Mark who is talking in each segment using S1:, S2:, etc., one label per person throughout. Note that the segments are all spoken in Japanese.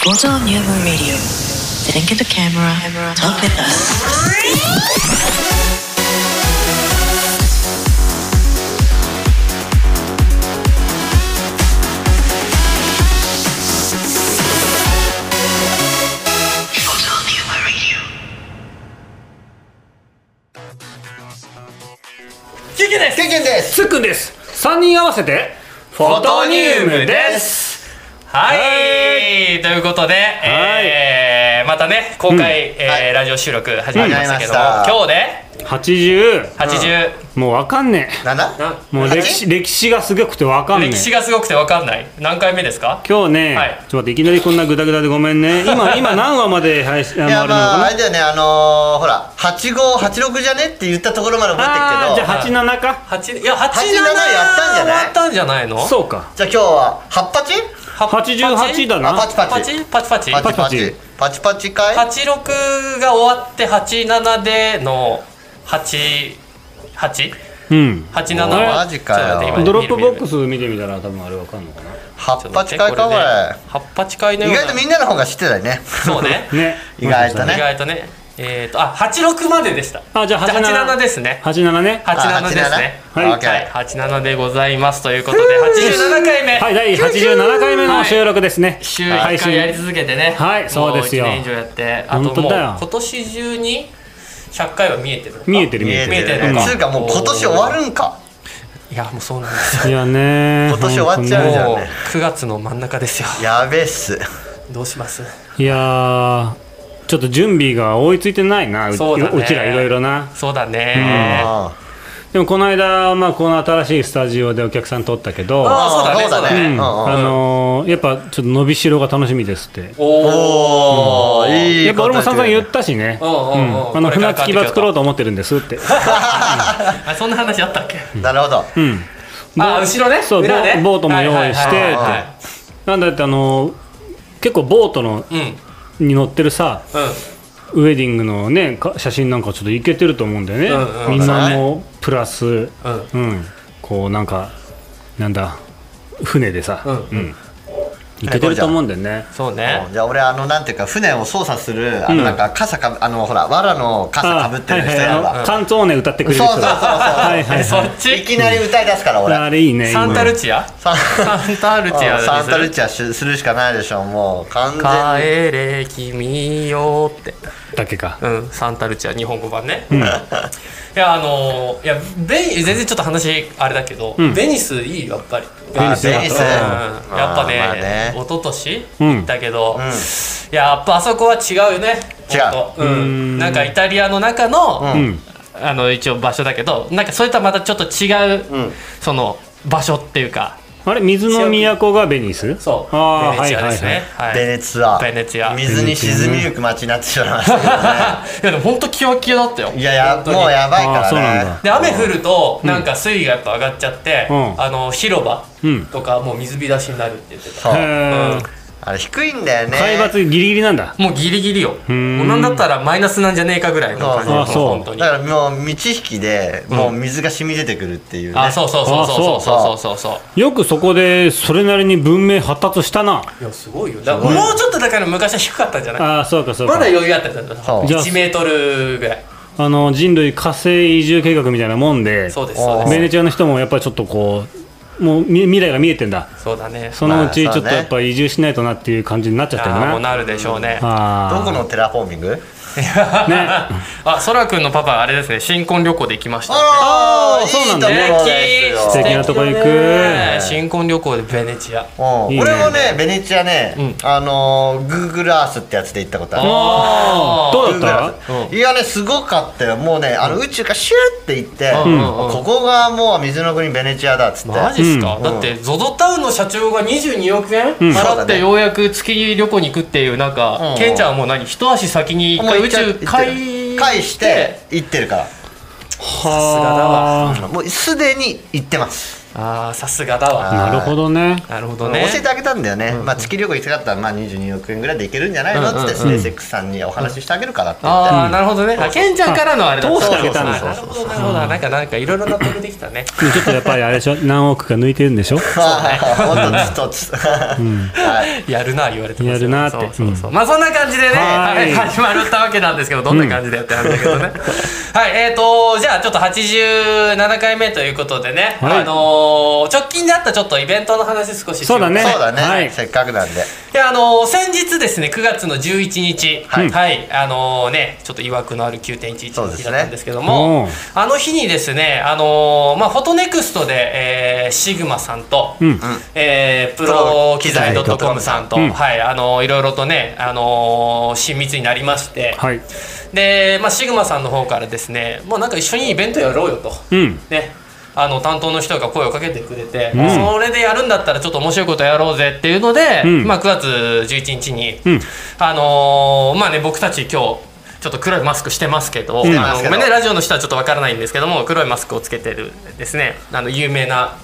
S1: Total New Moon Radio. Then get the camera. Talk with us.
S2: キュキュです
S3: ケンケンです
S4: つっくんです3人合わせて
S2: フ
S4: フ
S2: ォトニウムですはい、ということで、えーまたね公開、えー
S3: はい
S2: ラジオ収録始まりましたけども、
S3: うん始まりました
S2: 今日で、
S4: 80
S2: 80、
S4: もうわかんね
S3: 7
S4: えもう歴史歴史がすごくてわかんねえ
S2: 歴史がすごくてわかんない何回目ですか
S4: 今日ね、
S2: はい
S4: ちょっと待っていきなりこんなグダグダでごめんね今今何話まで配信 あ
S3: い
S4: のあ
S3: や
S4: るの
S3: まああ
S4: か
S3: れだよねあのー、ほら8586じゃねって言ったところまで覚
S4: な
S3: え
S4: あー
S3: て
S4: じ
S3: るけど
S4: ゃあ87か
S2: 8いや87やっ
S3: 87やった
S2: んじゃないの
S4: そうか
S3: じゃあ今日は八八
S4: 88だ
S3: あ
S4: な
S3: パチパ
S2: パ
S3: チ
S2: チパチパチ
S3: パチ
S4: チ
S3: パ
S4: パ
S3: チ
S4: チ
S3: パチパチかい
S2: 86が終わって87での88
S4: うん
S2: 八
S3: お
S2: 七
S3: ーマジかよ
S4: ドロップボックス見てみたら多分あれわかんのかな
S3: 八八かいかこれ
S2: 八八回のよう
S3: 意
S2: な
S3: 外とみんなの方が知ってたよね
S2: そうね
S4: ね
S3: 意外とね
S2: 意外とねえっとあ八六まででした
S4: あじゃあ87
S2: 87ですね
S4: 87ね
S2: 八七ですね
S3: あ87
S2: はい
S3: オッケー
S2: はい八七でございますということで八十七回目
S4: はい第87回目の収録ですね、
S2: 週1
S4: 配信
S2: 回やり続けてね
S4: はいそうですよ
S2: もう1年以上やってあと
S4: 本
S2: もう
S4: 当だよ
S2: 今年中に100回は見えてるのか
S4: 見えてる見えて
S2: 見えてる
S3: ね
S2: のか
S3: つうかもう今年終わるんか
S2: いやもうそうなんですよ
S4: るいやね
S3: 今年終わっちゃうじゃん
S2: もう
S3: ね
S2: 9月の真ん中ですよ
S3: やべっす
S2: どうします
S4: いやーちょっと準備が追いついてないなう
S2: そうだね
S4: うちらいろいろな
S2: そうだね
S3: あ
S4: でもこの間、まあ、この新しいスタジオでお客さん撮ったけど
S2: あそうだね
S3: そうだ
S2: そうだ
S3: ね
S2: ね
S3: うん
S4: あのーやっぱちょっと伸びしろが楽しみですって
S2: お
S3: おーいい
S4: やっぱ俺も散々言ったしね、
S2: うんうんうん
S4: うんあの
S2: これから
S4: 船着き場作ろうと思ってるんですって
S2: あそんな話あったっけ
S3: なるほど
S4: うん
S2: あ後ろね
S4: そう
S2: 裏ね
S4: ボボートも用意して
S2: はいはいはいはい
S4: なんだってあのー結構ボートの
S2: うんうん
S4: に乗ってるさウェディングのねか写真なんかちょっといけてると思うんだよね、
S2: うんうん
S4: みんなもプラス
S2: うん
S4: うん、こうなんかなんだ船でさ、
S2: う
S4: うんいけてると思うんだよね
S2: そうね
S3: じゃあ俺あのなんていうか船を操作するあのなんか傘かぶあのほら藁の傘かぶってる人や
S4: あはいはいあ
S3: わ
S4: のカンツォーネ歌ってくれる人
S3: そうそうそうそう
S4: はいはい
S2: え そ
S4: は
S2: っ
S3: い
S2: ち
S3: きなり歌い出すから
S4: いあ
S3: 俺
S4: れいいね
S2: サンタル
S4: チ
S2: チア
S3: サン
S2: サンタルチア
S3: う
S2: に
S3: ん
S2: する
S3: サンタルチアしするしかないでしょもう完全に
S2: 帰れ君よって
S4: だけか
S2: うんサンタルチア日本語版ね、
S4: ん
S2: いやあのーいやベニ全然ちょっと話あれだけど、
S4: ん
S2: ベニスいいよやっぱり
S3: あ
S4: ベ
S3: ニス
S2: うん
S3: うん
S2: やっぱ
S3: まあまあ
S2: ね
S3: ね
S2: 一昨年
S4: うん
S2: 行ったけど、
S3: ん
S2: やっぱあそこは違うよね
S3: 違う
S2: ほんとう、
S4: うんん
S2: なんかイタリアの中の、
S3: うん
S4: うん
S2: あの一応場所だけどなんかそれとはまたちょっと違う、
S3: うん
S2: その場所っていうか
S4: あれ水の都がベニス
S2: そう
S4: あー
S2: ベネチアですね、はい
S3: ベネツア
S2: ベネツィア
S3: 水に沈みゆく街になってしまいましたけどね
S2: いやでも本当キワキワだったよ
S3: いやや
S2: 本当に
S3: もうやばい
S4: あーそう
S3: から
S4: な
S3: ね
S4: んだ
S2: で雨降るとなんか水位がやっぱ上がっちゃって、
S4: うん
S2: あの広場
S4: うん
S2: とかもう水浸しになるって言ってた、
S3: そう
S4: へー
S3: あれ低いんだよね
S4: 海抜ギリギリなんだ
S2: もうギリギリよもうんなんだったらマイナスなんじゃねえかぐらいの感じ
S3: そう
S4: そう
S2: 本当に
S3: だからもう道引きでもう水が染み出てくるっていうね
S2: あそうそうそうそうそうそうそうそう
S4: よくそこでそれなりに文明発達したない
S2: やすごいよだからもうちょっとだから昔は低かったんじゃない
S4: ああそうかそう
S2: ま
S4: か
S2: だ余裕あったじゃん
S3: そう
S4: じゃあ
S2: 1メートルぐらい
S4: あの人類火星移住計画みたいなもんで
S2: そうですそう
S3: あー
S4: ベ
S2: で
S4: ネチアの人もやっぱりちょっとこうもうみ未来が見えてんだ
S2: すそうだね
S4: そのうちち
S3: ま
S4: ょ
S3: あそ
S4: っ
S3: う
S4: と
S3: ね
S4: やっぱ移住しないとなっていう感じになっちゃったよ
S2: ああもう
S4: な
S2: なるでしょうね
S4: あー
S3: どこのテラフォーミング
S4: ね
S2: あそらくんのパパあれですね新婚旅行で行きました
S3: あ
S4: あーそうなんだ
S3: いいところですよ
S4: 素敵なとこ行く
S2: ね新婚旅行でベネチア
S3: うん
S4: いいね
S3: 俺もねベネチアね、
S2: うん
S3: あのー Google Earth ってやつで行ったことある
S2: あー
S4: どう
S3: Google
S4: だっ
S3: Earth いやねすごかったよもうねあの宇宙がシューって行って、
S2: うんうんうん
S3: ここがもう水の国ベネチアだっつって
S2: マジっすか、
S3: ん
S2: だって ZOZO タウンの社長が22億円
S4: ん
S3: そう
S2: 払
S3: だ
S2: って
S3: ね
S2: ようやく月旅行に行くっていうなんか、
S3: うん
S2: ケンちゃんはもう何一足先に一
S3: もう
S2: 回
S3: 行
S2: 宇
S3: っちゃ
S2: 宙
S3: 行って
S2: 回
S3: る返して行ってるから
S4: たは
S3: もうすでに行ってます
S2: ああさすがだわ
S4: なるほどね
S2: なるほどね
S3: 教えてあげたんだよね、まあ、月旅行行きたかったら、まあ、22億円ぐらいで行けるんじゃないのっつって、スペース X さんにお話ししてあげるからって言って、
S2: ああなるほどねあケンちゃんからのあれだ
S4: 通して
S3: あげたんだ
S2: そうそうそうそうなるほどなるほどなんかなんかいろいろ納得できたね
S4: ちょっとやっぱりあれでしょ何億か抜いてるんでしょ
S3: ああ、ほんとつとつ。 はい
S2: やるな言われてますよ
S4: やるなって
S2: そうそうそうまあそんな感じでね
S4: は
S2: はいい始まったわけなんですけどどんな感じでやってあるんだけどねはいえーとじゃあちょっと87回目ということでね
S4: はい
S2: あのー直近であったちょっとイベントの話少ししよ
S4: そうだね
S3: そうだ
S4: はい
S3: ね、せっかくなんで。
S2: いやあのー先日ですね9月の11日
S4: は
S2: はいい、あのーねちょっと曰くのある9.11の日だったんですけど
S4: そう
S2: も、
S4: です
S2: あの日にですねあのーまあフォトネクストで、えーシグマさんと、
S4: うん
S2: えープロ機材ドットコムさんと、
S4: うん
S2: はいあのーいろいろとねあのー親密になりまして、
S4: はい
S2: でまあシグマさんの方からですねもうなんか一緒にイベントやろうよと。
S4: うん
S2: ね、あの担当の人が声をかけてくれて、
S4: うん
S2: それでやるんだったらちょっと面白いことやろうぜっていうので、
S4: うん
S2: まあ、9月11日に、
S4: うん
S2: あのーまあね僕たち今日ちょっと黒いマスクしてますけど、
S4: ん
S2: あのごめんねラジオの人はちょっとわからないんですけども黒いマスクをつけてるですねあの有名な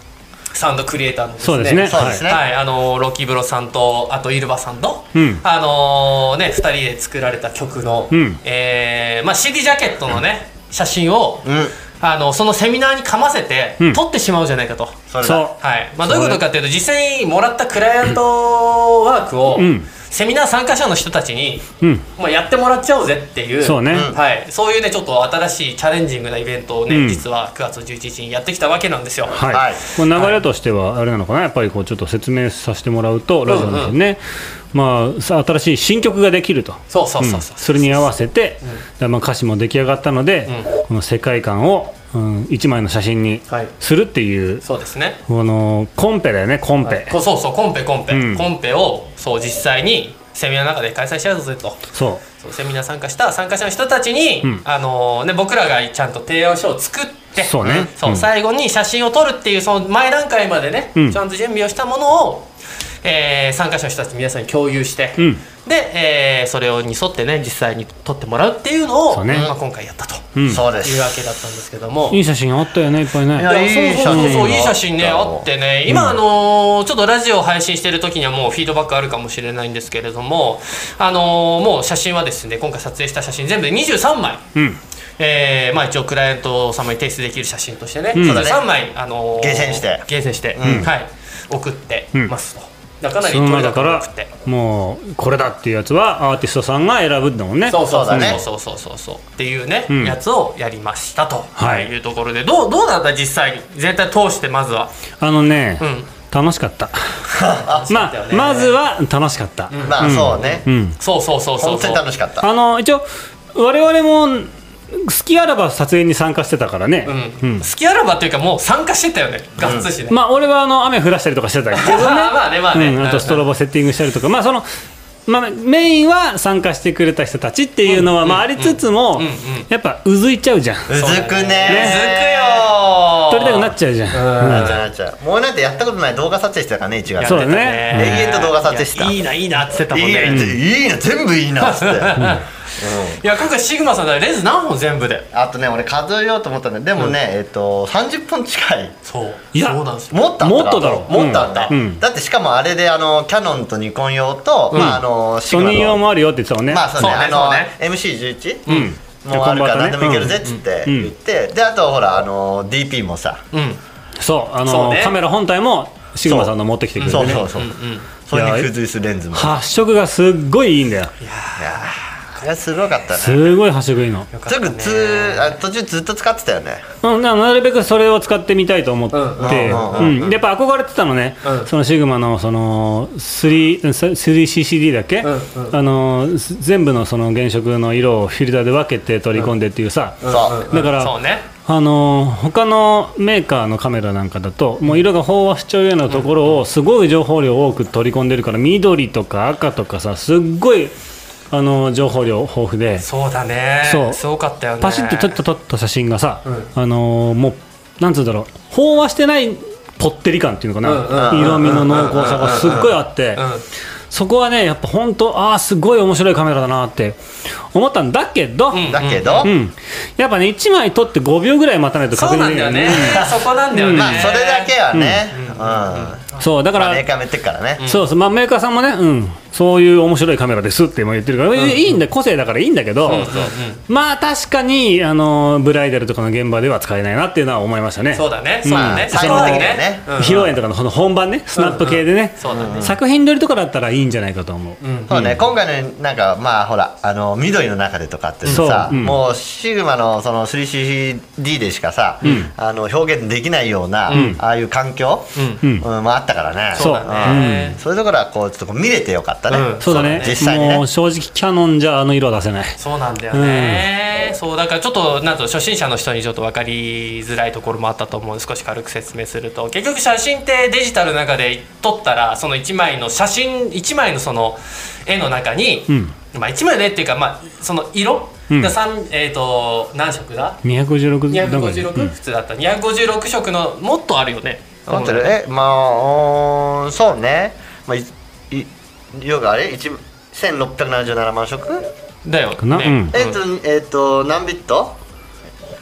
S2: サウンドクリエイターのです
S4: そうですね
S3: そうですね
S2: はい、あのロキブロさんとあとイルバさんと、
S4: うん
S2: あのね2人で作られた曲の、
S4: うん
S2: えーまあ、CD ジャケットのね写真を、
S3: うん、
S2: あのそのセミナーにかませて、
S4: うん
S2: 撮ってしまおうじゃないかと。
S3: それだ。
S4: そ
S2: はいまあ、どういうことかというと実際にもらったクライアントワークを、
S4: うん
S2: セミナー参加者の人たちに、
S4: ううん
S2: まあ、やってもらっちゃおうぜっていう
S4: そうね
S2: はい、そういうねちょっと新しいチャレンジングなイベントをね、
S4: うん
S2: 実は9月11日にやってきたわけなんですよ。
S4: はい、
S3: はい
S4: この流れとしてはあれなのかな、やっぱりこうちょっと説明させてもらうと、ラジオの人にね、まあ、さ新しい新曲ができると、
S2: そうそうそううんそう、
S4: それに合わせて、だまあ歌詞も出来上がったので、この世界観を、うん、一枚の写真に
S2: はい
S4: するっていう、
S2: そうですね
S4: このコンペだよね、コンペ、
S2: こそうそうコンペコンペ、
S4: うん
S2: コンペをそう実際にセミナーの中で開催しちゃうぜと
S4: そ
S2: そうセミナー参加した参加者の人たちに、
S4: うん
S2: あのね、僕らがちゃんと提案書を作って
S4: そうね
S2: そう
S4: うん
S2: 最後に写真を撮るっていうその前段階までね、
S4: うん
S2: ちゃんと準備をしたものを、えー参加者の人たち皆さんに共有して、
S4: うん
S2: で、えーそれに沿ってね実際に撮ってもらうっていうの
S4: そ
S2: を
S4: うね
S2: まあ、今回やったと
S4: う、うん、
S3: そうです。
S2: いうわけだったんですけども
S4: い。い写真あったよね、いっぱいね。
S3: いや
S2: いやそうそうそうそういい写真ね
S3: あった
S2: あってね今、あのーちょっとラジオ配信してる時にはもうフィードバックあるかもしれないんですけれどもあのーもう写真はですね今回撮影した写真全部で23枚、
S4: うん、
S2: えーまあ、一応クライアント様に提出できる写真としてね、
S4: ん
S2: そうだね23枚、あのー
S3: 厳選して
S2: 厳選して、
S3: うん
S2: はい、送ってますと、だからかなり
S4: その
S2: 取れ
S4: 中
S2: 高
S4: か
S2: く
S4: ら
S2: 送って。
S4: もうこれだっていうやつはアーティストさんが選ぶんだもんね
S2: そうそう
S3: そうだね
S2: そうそうそうそうっていうね、
S4: うん
S2: やつをやりましたと、
S4: はい
S2: い、うところでどうどうだった実際に全体通してまずは
S4: あのね、
S2: うん
S4: 楽し かった
S2: そう
S4: ま
S2: だよ
S4: あ、
S2: ね
S4: まずは楽しかった、
S3: まあ、そうね。
S4: うん、
S2: そうそうそうそう
S3: 本当
S2: そう
S3: に楽しかった。
S4: あの一応我々も好きあらば撮影に参加してたからね、
S2: うん
S4: うん
S2: 好きあらばというかもう参加してたよねガッツしね、
S4: まあ俺はあの雨降らしたりとかしてたけど ね
S2: まあまあねまあね、
S4: うん、あとストロボセッティングしたりとか、まあそのまあ、メインは参加してくれた人たちっていうのは、まあ、ありつつも、
S2: んうん
S4: やっぱうずいちゃうじゃん
S3: うずく
S2: ね
S3: ね
S4: 撮りたくなっ
S2: ち
S4: ちゃうじゃん、
S3: ー。なっちゃうなっちゃう。もうなんてやったことない動画撮影してたからね、一月。
S4: そうだね
S3: 永遠と動画撮影してた
S2: いやいいないいなって言ってたもん
S3: い
S2: ね
S3: いね、
S2: い
S3: いいね、全部いいなっつって。うん
S2: や今回シグマさんだからレズ何本全部で
S3: あとね、俺数えようと思ったんだけどでもね、えっと、30本近い。
S2: そう
S4: いや
S2: そうなんですよ
S3: もっとあったか
S4: もっとだろ
S3: もっとあった、
S4: うんうん
S3: だってしかもあれであのキャノンとニコン用と、まああのシ
S4: ソ
S3: グマ
S4: ニー用
S3: の
S4: もあるよって言ってたもんね、
S3: まあそうね
S2: そうね
S3: あの MC11、
S4: ん
S3: もうあるから
S4: コンバートね
S3: 何でもいけるぜっつって
S4: うん
S3: 言って、であとほらあの DP もさ、
S2: うん
S4: そうあの
S2: そうね
S4: カメラ本体もシグマさんの持ってきてくれて
S3: そう
S4: ね
S3: そうそう、
S2: うんうん
S3: それに付随するレンズもいや
S4: 発色がすっごいいいんだよ
S3: ーあれすごかったね
S4: すごい発色いいの
S2: よかっ
S3: す
S2: た
S3: ぐ
S2: ね
S3: ずあ途中ずっと使ってたよね
S4: うん、ななるべくそれを使ってみたいと思って、
S3: うん
S4: う
S3: うん
S4: ん、やっぱ憧れてたのね、そのシグマのその 3- 3CCD だっけ、あのす全部のその原色の色をフィルターで分けて取り込んでっていうさ、
S3: そう
S4: だから、
S2: そうね
S4: あの他のメーカーのカメラなんかだともう色が飽和しちゃうようなところをすごい情報量多く取り込んでるから緑とか赤とかさすっごいあの情報量豊富で
S2: そうだね
S4: そう
S2: すごかったよね
S4: パシッとちょっと撮った写真がさ、あのーもうなんつうんだろう飽和してないぽってり感っていうのかな、
S3: うんうん
S4: 色味の濃厚さがすっごいあって、
S2: うん
S4: そこはねやっぱ本当ああすごい面白いカメラだなって思ったんだけど、うんん
S3: だけど、
S4: やっぱね1枚撮って5秒ぐらい待たないと
S2: そ
S4: 確
S2: う
S4: 認
S2: な
S4: で
S2: ん
S4: き
S2: だ
S4: な
S2: よ
S4: い
S2: ね、そこなんだよね、
S3: まあそれだけはね、うん
S4: うんそうだから、
S3: まあ、メーカーも言ってっからね、
S4: そうそう、まあ、メーカーさんもね、うん、そういう面白いカメラですって今言ってるから、いいんで個性だからいいんだけど、まあ確かにあのブライダルとかの現場では使えないなっていうのは思いましたね。
S2: そうだねそうだね、
S3: まあ
S2: そうだね
S3: 最終的にはね
S2: うん
S4: 披露宴とかのこの本番ね、スナップ系でね、
S2: そうだね
S4: 作品撮りとかだったらいいんじゃないかと思う。
S3: そうね、今回のなんかまあほらあの緑の中でとかってさ、
S4: そううん
S3: もうシグマのその 3CD でしかさ、あの表現できないような、ああいう環境、
S4: う
S3: うんんもあったからね
S4: そう
S2: そうだね
S3: ん、そういうところはこうちょっとこう見れてよかったね、
S2: うん
S4: そうだね
S3: 実際にね
S4: もう正直キャノンじゃあの色は出せない。
S2: そうなんだよね、そうだからちょっとなんと初心者の人にちょっと分かりづらいところもあったと思うんで少し軽く説明すると結局写真ってデジタルの中で撮ったらその1枚の写真1枚のその絵の中に、
S4: ん
S2: まあ、1枚の絵っていうか、まあ、その色
S4: うん
S2: が三、えっ、と何色だ
S4: 256なんかね
S2: ?256、普通だった256色のもっとあるよね
S3: 思ってるえまあうーんそうね、まあ、いい要があれ一1677万色、
S2: だよ、ね
S4: かなうん
S3: えっと、えっと何ビット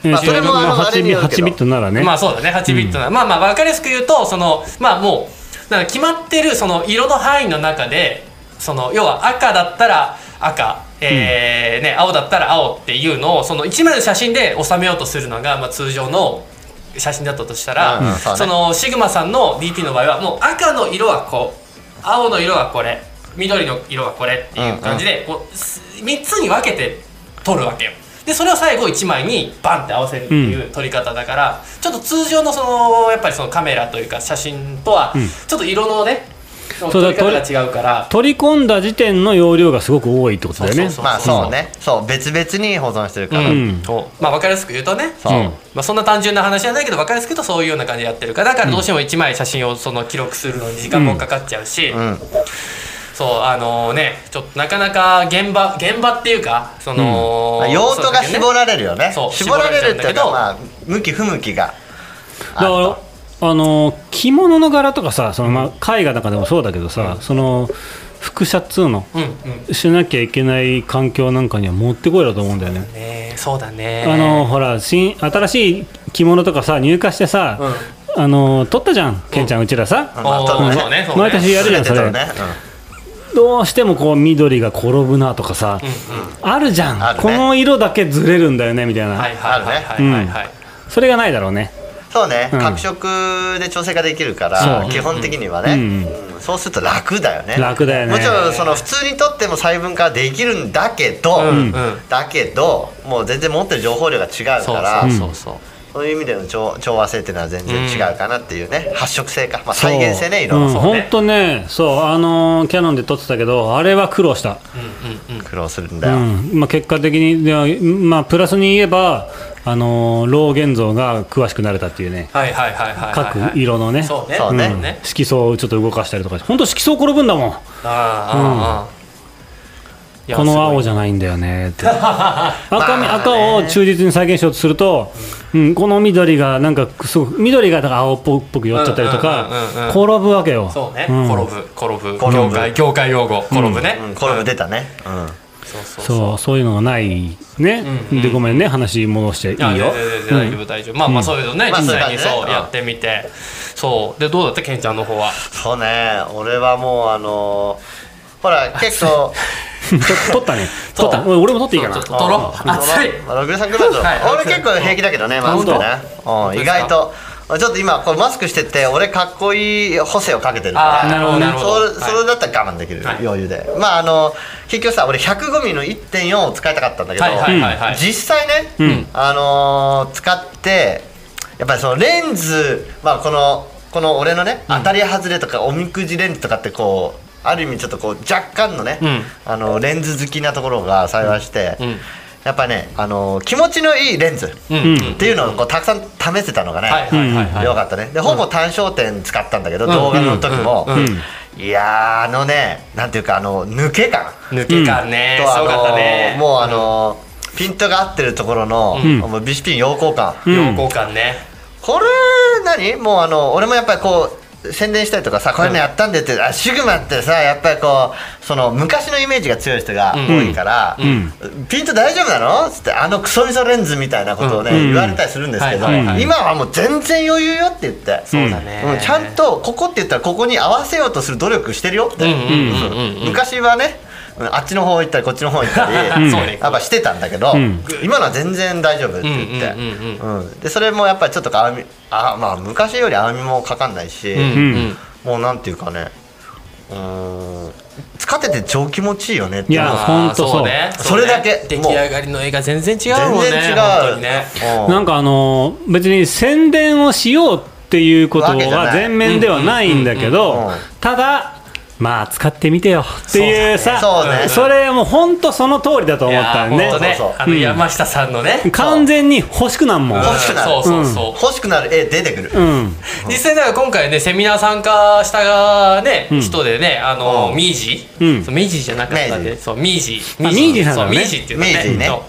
S4: えー
S3: まあそれもあの
S4: まあ
S3: あれによるけど
S4: 8ビットならね、
S2: まあそうだね8ビットな、まあまあ分かりやすく言うとそのまあもうなんか決まってるその色の範囲の中でその要は赤だったら赤、えーね、青だったら青っていうのをその1枚の写真で収めようとするのが、まあ、通常の写真だったとしたら、
S3: うんうんそう
S2: そ
S3: ね
S2: のシグマさんの DP の場合はもう赤の色はこう青の色はこれ緑の色はこれっていう感じで、こう3つに分けて撮るわけよでそれを最後1枚にバンって合わせるっていう撮り方だから、ちょっと通常のそのやっぱりそのカメラというか写真とはちょっと色のね、
S4: うだ
S2: 撮り方が違うから
S4: 取り込んだ時点の容量がすごく多いってことだよね。
S2: そう
S3: まあそうね、そう別々に保存してるか
S2: う
S3: ら、
S2: ん
S4: うん
S2: まあ分かりやすく言うとね
S3: そう、
S4: うん
S2: まあ、そんな単純な話じゃないけど分かりやすく言うとそういうような感じでやってるからだからどうしても1枚写真をその記録するのに時間もかかっちゃうし、
S3: うん
S2: そうあのねちょっとなかなか現場現場っていうかその、
S3: まあ用途が絞
S2: れ
S3: られるよね
S2: そう
S3: 絞られるっていうか
S2: 絞
S3: ま
S2: ら
S3: あ向き不向きが
S4: だからあの着物の柄とかさその、まあ、絵画とかでもそうだけどさ、その副写っつうの
S2: うんうん
S4: しなきゃいけない環境なんかにはもってこいだと思うんだよね。
S2: ねそうだね
S4: あのほら新新しい着物とかさ入荷してさ、あの撮ったじゃんケンちゃんうちらさ、
S3: まあ
S2: おー
S3: そうね
S2: そうねそうね
S4: 毎年やるじゃんそ
S3: 全て
S4: れ、
S3: とね、
S4: どうしてもこう緑が転ぶなとかさ、あるじゃん、
S3: あるね
S4: この色だけずれるんだよねみたいな、
S2: はいはいはいはいはいはい、
S4: それがないだろうね
S3: うんそうね、
S4: うん
S3: 各色で調整ができるから
S4: そう
S3: 基本的にはね、
S4: うん
S3: うんそうすると楽だよね
S4: 楽だよね
S3: もちろんその普通にとっても細分化できるんだけど、
S2: うんうん
S3: だけどもう全然持ってる情報量が違うから
S2: そう
S3: そう
S2: そうそうそう、
S3: いう意味での調調和性っていうのは全然違うかなっていうね、発色性か、まあ、再現性ね色
S4: う
S3: の、
S4: ん、
S3: そう
S4: 本
S3: ね
S4: 当ね、そう、あのーキャノンで撮ってたけど、あれは苦労した、
S2: うんうんうん
S3: 苦労するん
S4: う
S3: だよ、
S4: んまあ、結果的に、ではまあ、プラスに言えば、あのー老現像が詳しくなれたっていうね、
S2: はいはいはいはいはいはい
S4: 各色のね、
S2: そうね
S3: そうね
S4: うん色相をちょっと動かしたりとかして、本当、色相転ぶんだも
S2: あ
S4: ん、
S2: あああ、いや
S4: この青じ
S2: ゃ
S4: ゃないんだよねっ て、赤み
S3: まあね
S4: 赤を忠実に再現しようとすると、うん、この緑が、なんかすごく、緑がだから青っぽく寄っちゃったりと
S2: うんうんうんうん
S4: か、転ぶわけよ。
S2: そうね、
S4: ん
S2: 転ぶ転ぶ
S3: 転ぶ
S2: 業界業界用語転ぶね、
S3: うん、これも出たね、うん
S2: そうそうそう
S4: そうそういうのがないね、
S2: うんうん
S4: でごめんね話戻していいよ
S2: いや全然大丈夫大丈夫まあまあそういうのね
S3: まあ
S2: 実際に
S3: そういう
S2: そ
S3: 感
S2: う
S3: じね
S2: やってみてそうでどうだったケンちゃんの方は
S3: そうね俺はもうあのーほら 結構
S4: と取ったね
S2: そ
S4: 取
S2: う
S4: ったおい俺も取っていいかな
S2: そうそう取ろう熱い
S3: まあログレさんぐらいだろ
S2: はい
S3: 俺結構平気だけどねマスクねうん意外とちょっと今これマスクしてて俺かっこいい補正をかけてる
S2: あ
S3: か
S2: ーな
S3: ら
S2: るほどなるほど
S3: それ
S2: はい
S3: それだったら我慢できる、
S2: はい
S3: 余裕でまああの結局さ俺105ミリの1.4を使いたかったんだけど、
S2: はいはいはいはい
S3: 実際ね、
S4: ん
S3: あのー使ってやっぱりそのレンズまあこのこの俺のね、当たり外れとかおみくじレンズとかってこうある意味ちょっとこう若干のね、
S2: うん
S3: あのレンズ好きなところが幸いして、
S2: うん
S3: やっぱねあの気持ちのいいレンズ
S2: うんうん
S3: っていうのをこうたくさん試せたのがね、
S2: はいはいはいはい
S3: よかったねでほぼ単焦点使ったんだけど、
S2: うん
S3: 動画の時も、
S2: うんうん
S3: いやーあのねなんていうかあの抜け感
S2: 抜け感ねす
S3: あ
S2: ごかったね
S3: のもうあの、ピントが合ってるところの、
S4: ん
S3: もうビシピン陽光感、
S4: うん
S2: 陽光感ね
S3: これ何もうあの俺もやっぱりこう宣伝したりとかさこういうのやったんでって、あシグマってさやっぱりこうその昔のイメージが強い人が多いから、
S4: ん
S3: ピント大丈夫なのつってあのクソみそレンズみたいなことをね、
S4: うん
S3: 言われたりするんですけど、
S2: はいはいはい
S3: 今はもう全然余裕よって言って
S4: そうだ
S2: ね
S3: うんちゃんとここって言ったらここに合わせようとする努力してるよって、
S2: うんうんうんうんうん
S3: 昔はねうんあっちの方行ったりこっちの方行ったり
S2: うん
S3: やっぱしてたんだけど、
S4: うん
S3: 今のは全然大丈夫って言って、
S2: うん
S3: うんでそれもやっぱりちょっとあみあまあ昔より網もかかんないし、
S2: うんうんうん
S3: もうなんていうかねうーん使ってて超気持ちいいよねって
S4: い
S3: も
S4: や
S3: う
S4: ほんとそう
S2: あーね
S3: それだけ
S2: 出来上がりの映画全然違う
S3: 全
S2: もんね
S3: 然違う
S2: 本当にね
S3: うん
S4: なんかあの別に宣伝をしようっていうこと
S3: わけじゃな
S4: はい全面ではないんだ
S3: う
S4: け
S3: んうんうん
S4: ど
S3: うん
S4: ただまあ使ってみてよっていうさ
S3: そうだね
S4: それもう本当その通りだと
S2: い
S4: 思っ
S2: や
S4: た
S2: ー
S4: ね
S2: 本当ね
S3: そうそう
S2: あの
S4: うん
S2: 山下さんのね
S4: 完全に欲しくなんもん
S3: 欲しくなる
S2: うんそうそうそう
S3: 欲しくなる絵出てくる、
S4: うん
S2: 実際なんか今回ねセミナー参加したね、
S4: うん
S2: 人でねあの、
S3: うん
S2: ミージ、
S4: うん
S2: そうミージじゃなかったん
S3: ミー
S2: で
S3: ジ
S2: そうミージ
S4: あミージさん
S2: そ
S4: だ
S2: う
S4: ね
S2: ミージっていうのね
S3: ミージね
S2: そ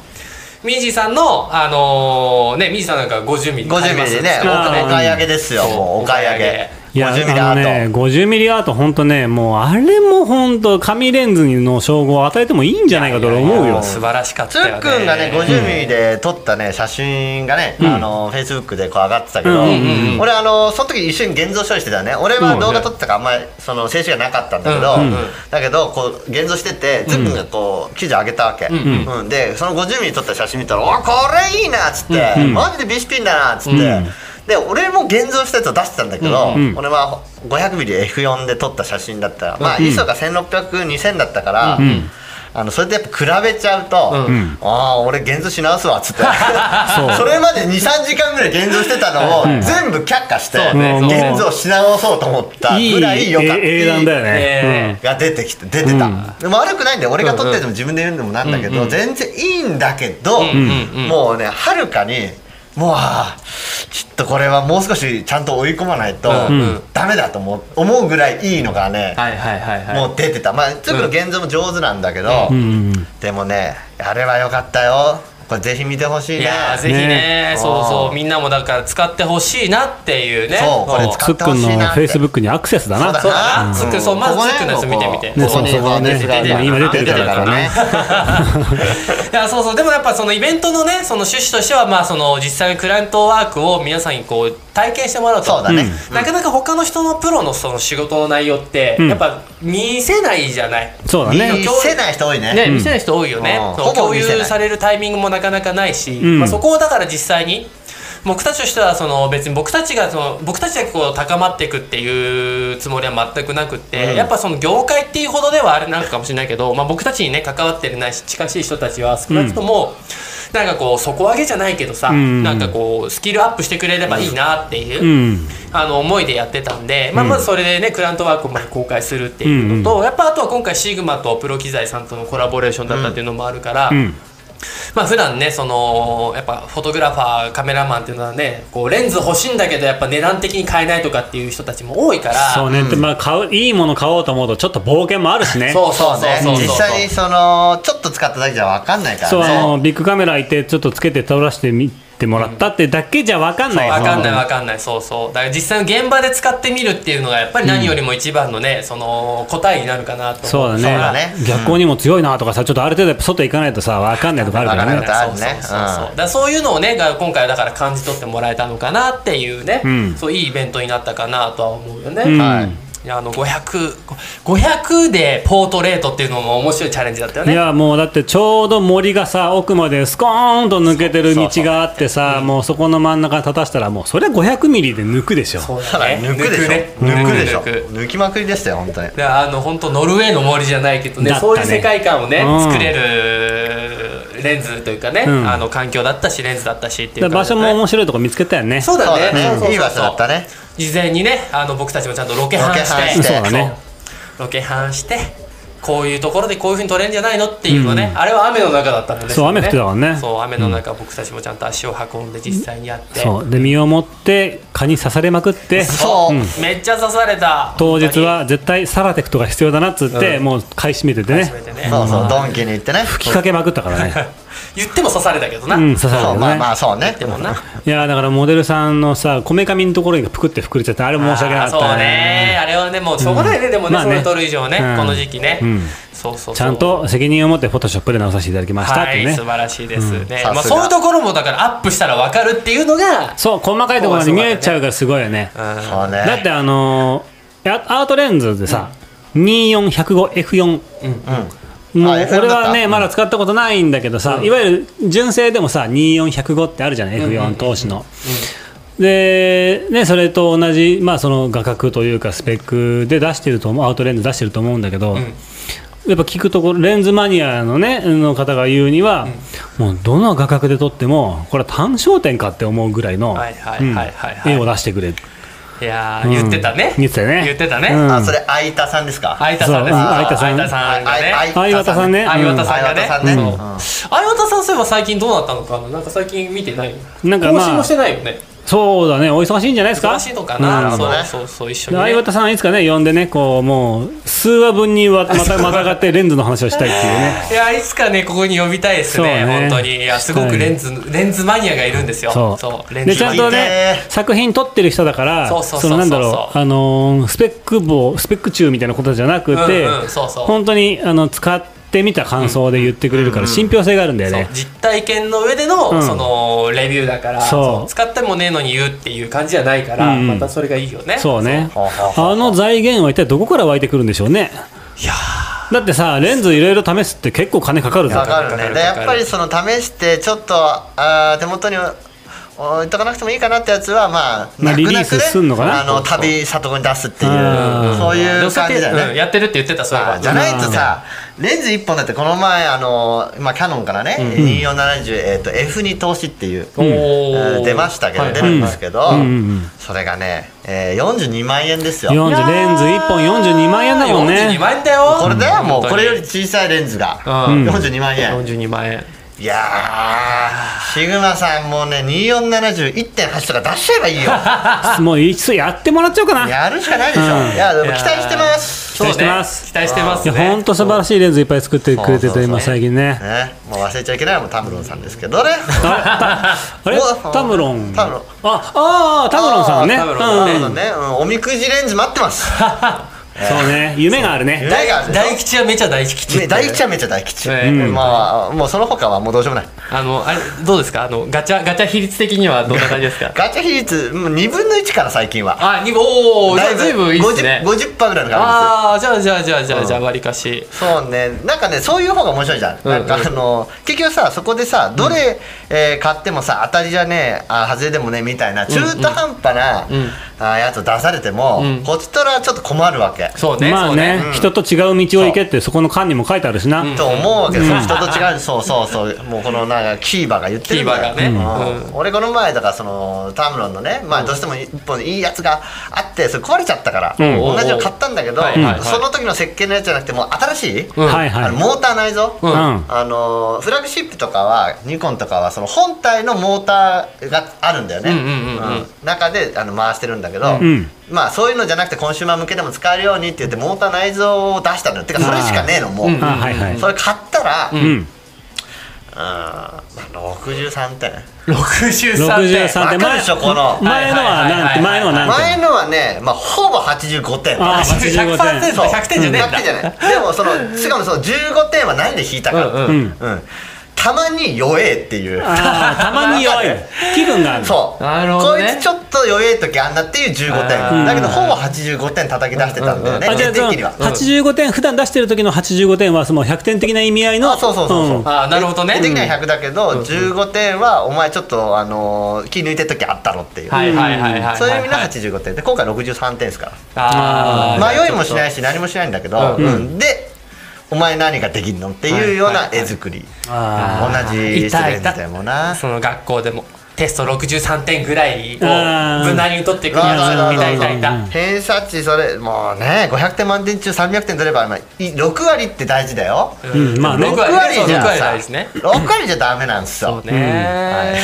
S2: うミージさんのあのーねミージさんなんか50ミリ
S3: 50ミリでね
S4: あー
S3: おお買い上げですよ
S2: そう
S3: もうお買い上げ
S4: いや
S3: 50ミリア
S4: あのね
S3: ート
S4: 50ミリアート本当ねもうあれも本当紙レンズの称号を与えてもいいんじゃないかと俺思うよ
S2: 素晴らしかっ
S3: つ
S2: たよ
S3: っ
S2: ね
S3: くんがね50ミリで撮ったね写真がね、あのフェイスブックでこう上がってたけど、
S4: うんうん
S2: うん
S3: 俺あのその時一緒に現像処理してたよね俺は動画撮ってたからあんまりその静止がなかったんだけど、
S2: うんうん
S3: だけどこう現像しててつっくんがこう記事上げたわけ、
S2: ん
S3: うんでその50ミリ撮った写真見たら「おこれいいな」っつって、
S4: うん
S3: マジでビシピンだな」っつって、
S4: うん
S3: で俺も現像したやつを出してたんだけど、
S4: うん
S3: 俺は 500mmF4 で撮った写真だったら、まあ ISO が16002000だったから、
S4: ん
S3: あのそれでやっぱ比べちゃうと、
S4: うん
S3: ああ俺現像し直すわっつって
S4: そう
S3: それまで23時間ぐらい現像してたのを
S4: ん
S3: 全部却下して、
S2: そうね
S4: そうね
S3: 現像し直そうと思った
S4: いい
S3: ぐらい良かった
S4: え英断だよね
S2: ね
S3: が出てきて出てた、
S4: うん
S3: でも悪くないんだよ俺が撮ってても自分で言うのもなんだけど、全然いいんだけど、
S2: んうん
S3: もうねはるかにもうあーちょっとこれはもう少しちゃんと追い込まないと、
S2: うんうん
S3: ダメだと思う思うぐらいいいのがね、
S2: はいはいはいはい
S3: もう出てたまあつぶの現像も上手なんだけど、
S4: うん
S3: でもねあれは良かったよこれぜひ見てほしい
S2: い
S3: ね
S2: やーぜひねそうそうみんなもだから使ってほしいなっていうね
S3: そうこれ使
S4: つっくんのフェイスブックにアクセスだな
S2: そうだなつっくんそうまずつっくんのやつ見てみて
S3: ここね
S4: ね
S3: ここに
S4: そうそう
S2: そうね
S3: ここに
S2: 今出てる
S4: からね
S2: いやそうそうでもやっぱそのイベントのねその趣旨としてはまあその実際のクライアントワークを皆さんにこう体験してもらうと
S3: そうだね、
S2: なかなか他の人のプロのその仕事の内容って、
S4: うん
S2: やっぱ見せないじゃない。
S4: そうだね
S3: 見せない人多いね
S2: ね、見せない人多いよね
S3: うん。
S2: そう
S3: ほぼ
S2: 共
S3: 見
S2: 有
S3: せない
S2: されるタイミングもなかなかないし、
S4: ん
S2: まあ、そこをだから実際に僕たちとしてはその別に僕たちがその僕たちだけこう高まっていくっていうつもりは全くなくって、
S3: うん
S2: やっぱその業界っていうほどではあれなのかもしれないけど、まあ、僕たちにね関わってるないし近しい人たちは少なくとも、なんかこう底上げじゃないけどさ、
S4: ん
S2: なんかこうスキルアップしてくれればいいなっていう。
S4: うん
S2: あの思いでやってたんで、まあ、まずそれでね、クライアントワークまで公開するっていうのと、やっぱあとは今回シグマとプロ機材さんとのコラボレーションだったっていうのもあるから、
S4: うん
S2: まあ普段ねそのやっぱフォトグラファーカメラマンっていうのはねこうレンズ欲しいんだけどやっぱ値段的に買えないとかっていう人たちも多いから
S4: そうね、でまあ買ういいもの買おうと思うとちょっと冒険もあるしね
S2: そうそうそうそうそう
S3: 実際にそのちょっと使っただけじゃ分かんないから
S4: そうあ
S3: ね
S4: のビッグカメラいてちょっとつけて撮らせてみてもらったってだけじゃ分かんない
S2: わかんない
S4: い
S2: わかんないそうそうだから実際の現場で使ってみるっていうのがやっぱり何よりも一番のね、その答えになるかなと
S4: そうだね
S3: そうだね
S4: 逆光にも強いなとかさちょっとある程度やっぱ外行かないとさ分かんないとかあるから
S3: わかん
S4: ね
S3: ないあるね
S2: そうそうそうそう
S3: うん
S2: だからそういうのをねが今回はだから感じ取ってもらえたのかなっていうね、
S4: うん
S2: そういいイベントになったかなとは思うよね、
S4: うん
S3: はい
S2: いやあの500 500でポートレートっていうのも面白いチャレンジだったよ
S4: い
S2: ね
S4: やもうだってちょうど森がさ奥までスコーンと抜けてる道があってさもうそこの真ん中に立たしたらもうそれ500ミリで抜くでしょ
S2: そう
S3: ただ 抜くでしょ
S2: ね
S3: 抜くでしょ
S2: 抜く
S3: 抜きまくりでしたよ本当に
S2: だからあの本当ノルウェーの森じゃないけどね
S4: だったね
S2: そういう世界観をね、
S4: うん
S2: 作れるレンズというかね、
S4: うん
S2: あの環境だったしレンズだったしってい
S4: だ
S2: う
S4: から場
S2: 感じ
S4: 所
S2: で
S4: も面白いとこ見つけたよね
S2: そうだね
S3: そうだね
S2: そうそうそう
S3: いい場所だったね
S2: 事前にねあの僕たちもちゃんとロケハンし
S3: ロケハン
S2: て
S3: してそう
S4: だね
S2: そうロケハンしてこういうところでこういうふうに撮れるんじゃないのっていうのね、あれは雨の中だったもんね
S4: そう
S2: れね
S4: 雨降ってたからね
S2: そう雨の中、僕たちもちゃんと足を運んで実際にやって
S4: そうで身をもって蚊に刺されまくって
S3: そう、
S2: めっちゃ刺された
S4: 当日は絶対サラテクとか必要だなっつって、もう買い占めててね
S2: 初めてね
S3: そうそうドンキに行ってね
S4: 吹きかけまくったからね
S2: 言っても刺されたけどな、
S4: うん刺される
S3: そ
S4: よ
S3: う
S4: ね、
S3: まあまあそうね
S2: でもな
S4: いやだからモデルさんのさこめかみのところがぷくって膨れちゃってあれ申し訳なかった
S2: あーそうねあれはねもうしょうがないね、でもね,、
S4: まあね
S2: それ取る以上ね、
S4: うん
S2: この時期ね、
S4: うん
S2: そうそうそう
S4: ちゃんと責任を持ってフォトショップで直させていただきましたっ
S2: は
S4: て
S2: い
S4: い
S2: う
S4: ね
S2: 素晴らしいですね、
S3: さすが
S2: まあ、そういうところもだからアップしたら分かるっていうのが
S4: そう細かいところに見えちゃうからすごいよね
S3: そうね
S4: だってあのーやアートレンズでさ、24105F4 もう
S3: あ F4
S4: 俺は
S3: だっ
S4: ね
S3: た
S4: まだ使ったことないんだけどさ、いわゆる純正でもさ24105ってあるじゃない、F4 投資の、で、ね、それと同じ、まあ、その画角というかスペックで出してると思うアウトレンズ出してると思うんだけど、やっぱ聞くところレンズマニアの,、ね、の方が言うには、もうどの画角で撮ってもこれは単焦点かって思うぐらいの
S2: はいはいはいはい
S4: うん
S2: はい
S4: 絵を出してくれる。
S2: いやー言ってたね、
S4: うん言ってたよね
S2: 言ってたね、
S4: うん
S3: あそれ相田さんですか
S2: 相田さんです
S4: そう
S2: あー
S4: 相田さん
S2: 相田さんがね
S3: あい
S4: 相方さんね、
S2: 相方さんがね
S3: 相方さんね
S2: そう
S3: うん
S2: 相方さんそういえば最近どうなったのかななんか最近見てない
S4: なんかまあ
S2: 更新もしてないよね
S4: そうだね、お忙しいんじゃないですか。
S2: 忙しいのかな、
S4: うん
S2: そう
S3: なるほど
S2: そ
S3: ね
S2: うそう一緒
S4: で
S2: に、ね、
S4: 相方さんはいつかね呼んでねこうもう数話分にわま たまたがってレンズの話をしたいっていうね
S2: いやいつかねここに呼びたいですね
S4: そうね
S2: 本当にいやすごくレンズレンズマニアがいるんですよ
S4: そう
S2: レン
S4: で
S2: ズ
S4: ちゃ
S2: マ
S4: ん
S2: ニア
S4: と
S3: いい
S4: ね
S3: ね
S4: 作品撮ってる人だから
S2: そうそうそうそう
S4: のなんだろうあのースペック棒スペック中みたいなことじゃなくて、
S2: うんうんそうそう
S4: 本当にあの使ってみた感想で言ってくれるから信憑性があるんだよ
S2: そう
S4: ね、
S2: 実体験の上での、
S4: うん
S2: そのレビューだから
S4: そう
S2: そう使ってもねえのに言うっていう感じじゃないから、
S4: うんうん
S2: またそれがいいよね
S4: そうね
S3: ほうほうほう
S4: あの財源は一体どこから湧いてくるんでしょうね
S2: いや
S4: だってさレンズいろいろ試すって結構金かかるん
S3: か
S4: だ
S3: かるねでやっぱりその試してちょっとあー手元に置いとかなくてもいいかなってやつはまあ
S4: まあ
S3: 泣く
S4: リリー
S3: 泣く
S4: ス
S3: ね
S4: すんのかな
S3: あの旅里子に出すっていう
S4: うん
S3: そ
S2: ー
S3: ういう感じだよ
S2: うん
S3: ね
S2: やってるって言ってたそれ
S3: あ
S2: は
S3: ーじゃないとさレンズ1本だってこの前あのまあキャノンからね2470えっと F に投資っていう
S2: お
S3: う
S2: ー
S3: ん出ましたけ
S2: は
S3: ど
S2: い
S3: 出るんですけど
S4: うんうんうん
S3: それがねえー42万円ですよ
S4: 40レンズ1本42万円だもん
S2: 42
S4: ね
S2: 万円だよ
S3: これだよもうこれより
S2: 本
S3: 小さいレンズが
S2: うん
S3: 42万円
S2: 当に42万円
S3: いやー、シグマさんもね、2471.8とか出しちゃえば いいよ。
S4: もう一度やってもらっちゃおうかな
S3: やるしかないでしょ。いや、でも期待してます。
S4: 期待してます
S2: そうね期待してます
S4: い
S2: ね
S4: や本当素晴らしいレンズいっぱい作ってくれて
S3: そうそうそ
S4: て
S3: う
S4: 今最近ね
S3: ね、もう忘れちゃいけないもん、タムロンさんですけどね。
S4: あたあれ
S3: うわ
S4: タムロン
S3: タムロン
S4: ああータムロンさんね
S2: あータムロンさん
S4: う
S3: そ
S4: ん
S3: うだね、うん、おみくじレンズ待って ます。
S4: そうね夢があるね
S3: 大が
S2: 大吉はめちゃ大吉
S3: ね大吉はめっちゃ大吉。
S2: ねうん
S3: まあ、もうその他はもうどうしようもない。
S2: あのあれどうですかあのガチャガチャ比率的にはどんな感じです か
S3: ガチャ比率、もう2分の1から最近は。
S2: あにおおじゃあ
S3: だ
S2: ずいぶんいいですね
S3: 50%ぐらいの感
S2: ああじゃあじゃあじゃあじゃあじゃあわりかし
S3: じです。そうね、なんかね、そういう方が面白いじゃん。なんかあの、結局さ、そこでさ、どれ、えー買ってもさ、当たりじゃねえ、あ、外れでもねえみたいな、中途半端な、
S2: ん
S3: あやつ出されても、
S2: ん
S3: こっちとらちょっと困るわけ。
S2: そうね
S4: ま
S2: そ
S4: あ
S2: うね
S4: ね人と違う道を行けってそこの缶にも書いてあるしな
S3: と思うわけですよ、人と違うそうそうそうもうこのなんかキーバが言ってるんだよ
S2: キーバがね
S3: うん俺この前だからそのタムロンのねまあどうしても一本いいやつがあってそれ壊れちゃったから、
S4: ん
S3: 同じの買ったんだけど、
S2: はいはいはい
S3: その時の設計のやつじゃなくてもう新しい、
S2: ん
S4: はい
S3: あ
S4: はい
S3: のモーターないぞ、
S4: うん
S3: あのフラグシップとかはニコンとかはその本体のモーターがあるんだよね、
S2: うんうんうんうん
S3: 中であの回してるんだけど、
S4: ん
S3: まあそういうのじゃなくてコンシューマー向けでも使えるようにって言ってモーター内蔵を出したのよてかそれしかねえのもう、
S2: うん
S4: あはいはい
S3: それ買ったら、うん
S4: うん
S3: まあ、63点
S2: 63点
S3: わ
S4: 63点
S3: かるでしょこの
S4: 前のはなんて前のはなんて
S3: 前のはね、まあ、ほぼ85点
S4: あー
S2: 100%
S4: 85点
S3: そう
S2: 100点じゃねえんだ
S3: 100点じゃないでもそのしかもその15点は何で引いたか、
S2: うんうん
S4: うん
S3: うんたまに弱えっていう
S4: あーたまに弱い気分がある
S3: そう
S2: なるほどね
S3: こいつちょっと弱え時あんなっていう15
S2: あー
S3: 点だけどほぼ85点叩き出してたんだよね
S4: あじゃ
S3: 徹底
S4: あその
S3: 的には
S4: 85点普段出してる時の85点はその100点的な意味合いの
S3: あそうそうそうそう、
S4: ん
S2: あーなるほどね
S3: 徹底的には100だけど、15点はお前ちょっとあのー気抜いてる時あったろっていう、
S2: はいはいはいはい
S3: そういう意味の85点で今回63点ですから
S2: あー
S3: 迷いもしないし何もしないんだけど、
S2: うん
S3: うんでお前何ができんのっていうような絵作り、
S4: あ
S3: 同じレン
S2: いたい
S3: ズ
S2: た
S3: でもな
S2: その学校でもテスト63点ぐらいを
S4: あー
S2: 無難に取っていくやついたいたいた
S3: 偏差値それもうね500点満点中300点取れば、まあ、い6割って大事だよ、
S4: うんまあね
S2: 6
S3: 6
S2: 割
S3: 割
S2: そう
S3: じ
S2: 6
S3: ゃ
S2: 割
S3: さ
S2: 大事ね
S3: 6割じゃダメなんですよ
S2: そうね、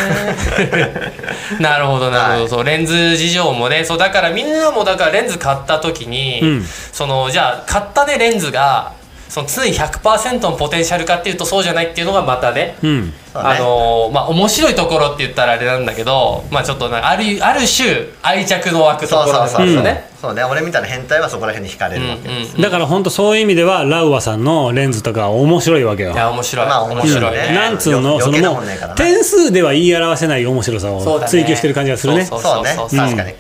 S2: なるほどなるほど、
S3: はい
S2: そうレンズ事情もねそうだからみんなもだからレンズ買った時に、
S4: うん
S2: そのじゃあ買ったねレンズがその常に100%のポテンシャルかっていうとそうじゃないっていうのがまたね、
S4: うん
S3: そう ね
S2: あのーまあ面白いところって言ったらあれなんだけど、まあ、ちょっとなあるある種愛着の湧くと
S3: そ
S2: こ
S3: う
S2: ろ
S3: そ
S2: な
S3: うんそ
S2: ですよ
S3: うそうね
S2: ね。
S3: そうね俺みたいな変態はそこら辺に惹かれるわけ
S2: うんうん
S4: だから本当そういう意味ではラウアさんのレンズとかは面白いわけよ
S2: いや面白い、
S3: まあ面白いね
S2: 面白いね
S4: なんつうの
S3: よ
S4: その
S3: 余計な
S4: も
S3: も
S4: うん
S3: ねえからな
S4: 点数では言い表せない面白さ
S2: そう
S4: を
S2: だね
S4: 追求してる感じがするね
S2: そう
S3: そうね
S2: そう
S3: 確
S2: そう
S3: かに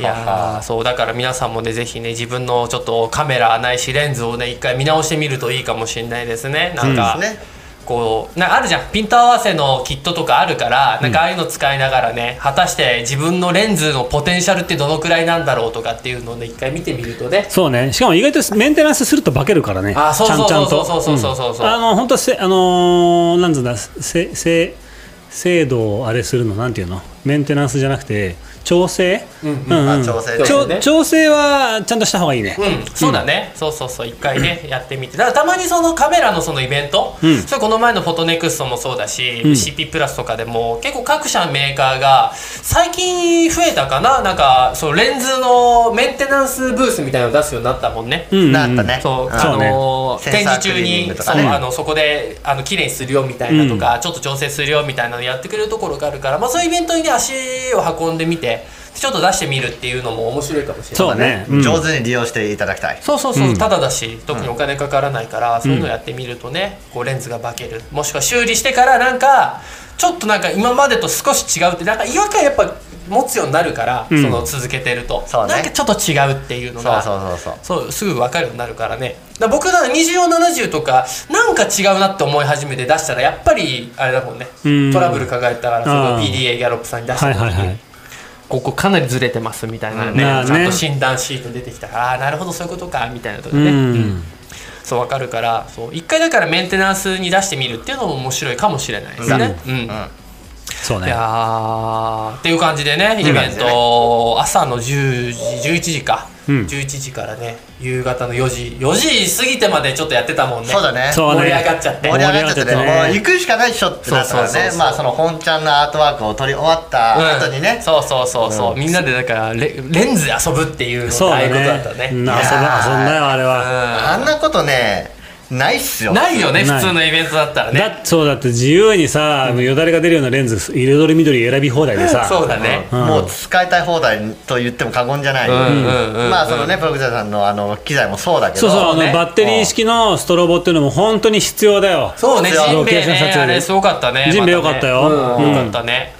S2: いやーそうだから皆さんもねぜひね自分のちょっとカメラないしレンズをね一回見直してみるといいかもしれないですねなんか、
S3: ですね
S2: こうなんかあるじゃんピント合わせのキットとかあるからなんかああいうの使いながらね、果たして自分のレンズのポテンシャルってどのくらいなんだろうとかっていうのをね一回見てみるとね
S4: そうねしかも意外とメンテナンスすると化けるからね
S2: あそうそう
S4: ちゃんちゃん
S2: そう
S4: と
S2: そうそうそうそうそう
S4: あの本当せあのーなんつうんだせせ精度をあれするのなんていうのメンテナンスじゃなくて調整うんう
S3: あ
S4: ん
S3: 調整
S4: ちょ
S2: そうね
S4: 調整はちゃんとした方がいいね
S2: うん、そうだね、そうそうそう一回ねやってみてだからたまにそのカメラのそのイベント、
S4: うん
S2: それこの前のフォトネクストもそうだし、
S4: うん
S2: CP プラスとかでも結構各社メーカーが最近増えたかななんかそのレンズのメンテナンスブースみたいなの出すようになったもんね、
S4: うんうん
S3: なったね
S2: そう、
S3: ん
S2: あのー
S3: そうね
S2: 展示中
S3: センサークリーニン
S2: に
S3: グ、と
S2: そ
S3: か
S2: う、
S3: ね
S2: あの、そこで、あの、綺麗にするよみたいなとか、ちょっと調整するよみたいなのやってくれるところがあるから、まあ、そういうイベントにね、足を運んでみて。ちょっと出してみるっていうのも面白いかもしれない。
S4: そう
S3: そうね
S4: うん
S3: 上手に利用していただきたい
S2: そうそうそう、
S4: うん
S2: ただだし特にお金かからないから、そういうのやってみるとねこうレンズが化けるもしくは修理してからなんかちょっとなんか今までと少し違うってなんか違和感やっぱ持つようになるから、
S4: うん
S2: その続けてると、
S3: そうね
S2: なんかちょっと違うっていうの
S3: そう
S2: が
S3: そうそうそう
S2: そうすぐ分かるようになるからねだから僕ら2470とかなんか違うなって思い始めて出したらやっぱりあれだもんね
S4: うん
S2: トラブル抱えたからそ
S4: あ
S2: の
S4: ー
S2: PDA ギャロップさんに出した
S4: はい
S2: 時に、
S4: はいはい
S2: ここかなりずれてますみたいなね,、
S4: まあね
S2: ちゃんと診断シート出てきたからああーなるほどそういうことかみたいなとこ
S4: う
S2: ね、
S4: ん
S2: そう分かるからそう一回だからメンテナンスに出してみるっていうのも面白いかもしれないですね。うん
S4: そう
S2: い
S4: ね
S2: やーっていう感じでねイ
S3: いう
S2: ベ
S3: 感
S2: ン
S3: じでね
S2: ト朝の10時11時か、
S4: うん
S2: 11時からね夕方の4時4時過ぎてまでちょっとやってたもんね
S3: そうだね
S4: そうね
S2: 盛り上がっちゃって
S3: 盛り上がっちゃってね
S4: 盛り上がっちゃって
S3: もう
S4: ね
S3: 行くしかないっしょってなったか
S2: そうそ
S3: ら
S2: うそう
S3: ね
S2: そう
S3: まあその本ちゃんのアートワークを取り終わった後に
S2: うん
S3: ね
S2: そうそうそうそう、みんなでだからレレンズで遊ぶっていうの
S4: そう
S2: がああ
S4: だ
S2: いうこと
S4: ね
S2: だったね
S4: うん遊ん
S2: いや
S4: だ遊んだよあれは
S3: あんなことねないっすよ
S2: ないよね
S4: ない
S2: 普通のイベントだったらね
S4: だそうだって自由にさよだれが出るようなレンズ彩り緑選び放題でさ
S2: そうだね、
S4: ん
S3: もう使いたい放題と言っても過言じゃない、
S2: んうんうん
S3: まあそのねプログジャーさんのあの機材もそうだけど
S4: そうそうあの
S2: ね
S4: バッテリー式のストロボっていうのも本当に必要だよ
S2: そうね、
S3: 必要
S2: ジンベエ
S4: ロケーション撮
S2: ね、
S4: 影
S2: あれすごかったね。
S4: ジンベエ良かったよ
S2: まねう
S4: う
S2: んん、良かったね。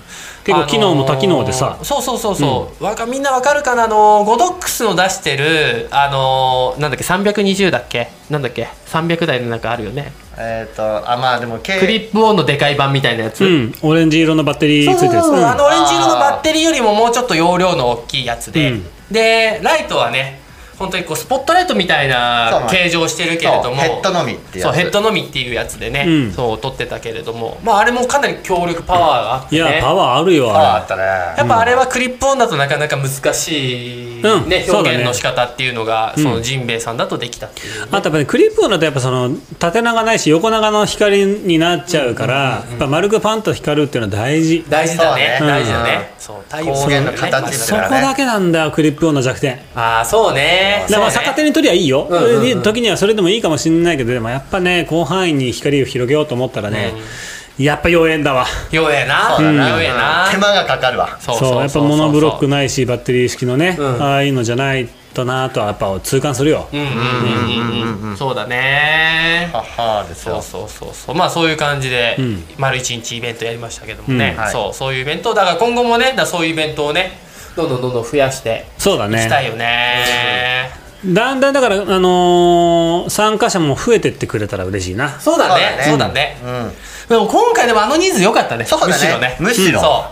S4: 結構機能も多機能
S2: あ
S4: でさ
S2: のーそうそうそうそう、わかみんなわかるかなあのーゴドックスの出してるあのーなんだっけ320だっけなんだっけ300台の中あるよね
S3: えっ、とあまあでも
S2: クリ
S3: 軽
S2: ップオンのでかい版みたいなやつ、
S4: うんオレンジ色のバッテリーついてるやつ
S2: そうそうそう
S4: うん
S2: あのオレンジ色のバッテリーよりももうちょっと容量の大きいやつで、
S4: うん
S2: でライトはね本当にこうスポットライトみたい
S3: そうな
S2: なん
S3: です
S2: 形状してるけれども
S3: そうヘッドのみっていうやつ
S2: そうヘッドのみっていうやつでね、
S4: うん
S2: そう撮ってたけれどもまああれもかなり強力パワーがあっ
S4: い
S2: て、ね、
S4: やパワーあるよ
S3: ああ
S4: あ
S3: ったね
S2: やっぱあれはクリップオンだとなかなか難しい、ね
S4: うんそうだ
S2: 表
S4: ね
S2: 現の仕方っていうのが
S4: うん
S2: そのジンベエさんだとできたっていう、
S4: れあとやっぱねクリップオンだとやっぱその縦長ないし横長の光になっちゃうからやっぱ丸くパンと光るっていうのは大事
S2: 大事だね
S3: そうね
S2: 大事だね、そう太陽
S3: 光源の
S2: そうだね
S3: 形
S4: そこ
S3: だからね
S4: だけなんだよクリップオンの弱点
S2: ああそうね
S4: だから
S2: そうね
S4: 逆手に取りゃいいよ、
S2: んうんうん
S4: 時にはそれでもいいかもしれないけどでもやっぱね広範囲に光を広げようと思ったらね、やっぱ妖艶だわ
S2: よえな
S3: そうだな
S2: よえな
S3: 手間がかかるわ
S2: そう
S4: そうやっぱモノブロック
S2: の
S4: ないしバッテリー式のね、
S2: ん
S4: ああいうのじゃないとなとはやっぱ痛感するよ、
S2: うんうんうんうんうんそうだね
S3: ははです
S2: そう
S3: よ
S2: そうそうそうまあそういう感じで
S4: ん
S2: 丸一日イベントやりましたけどもね、
S4: うん
S3: はい
S2: そうそういうイベントだから今後もねだからそういうイベントをねどんどんどんどん増やして
S4: そうだ
S2: いきたい
S4: ね
S2: よね
S4: だんだんだから、あのー参加者も増えてってくれたら嬉しいな
S2: そうだねそ
S3: そうう
S2: だ
S3: だ
S2: ね、
S3: うん
S2: でも今回でもあの人数良かったね
S3: そうだね
S2: むしろね
S3: むしろ
S2: そ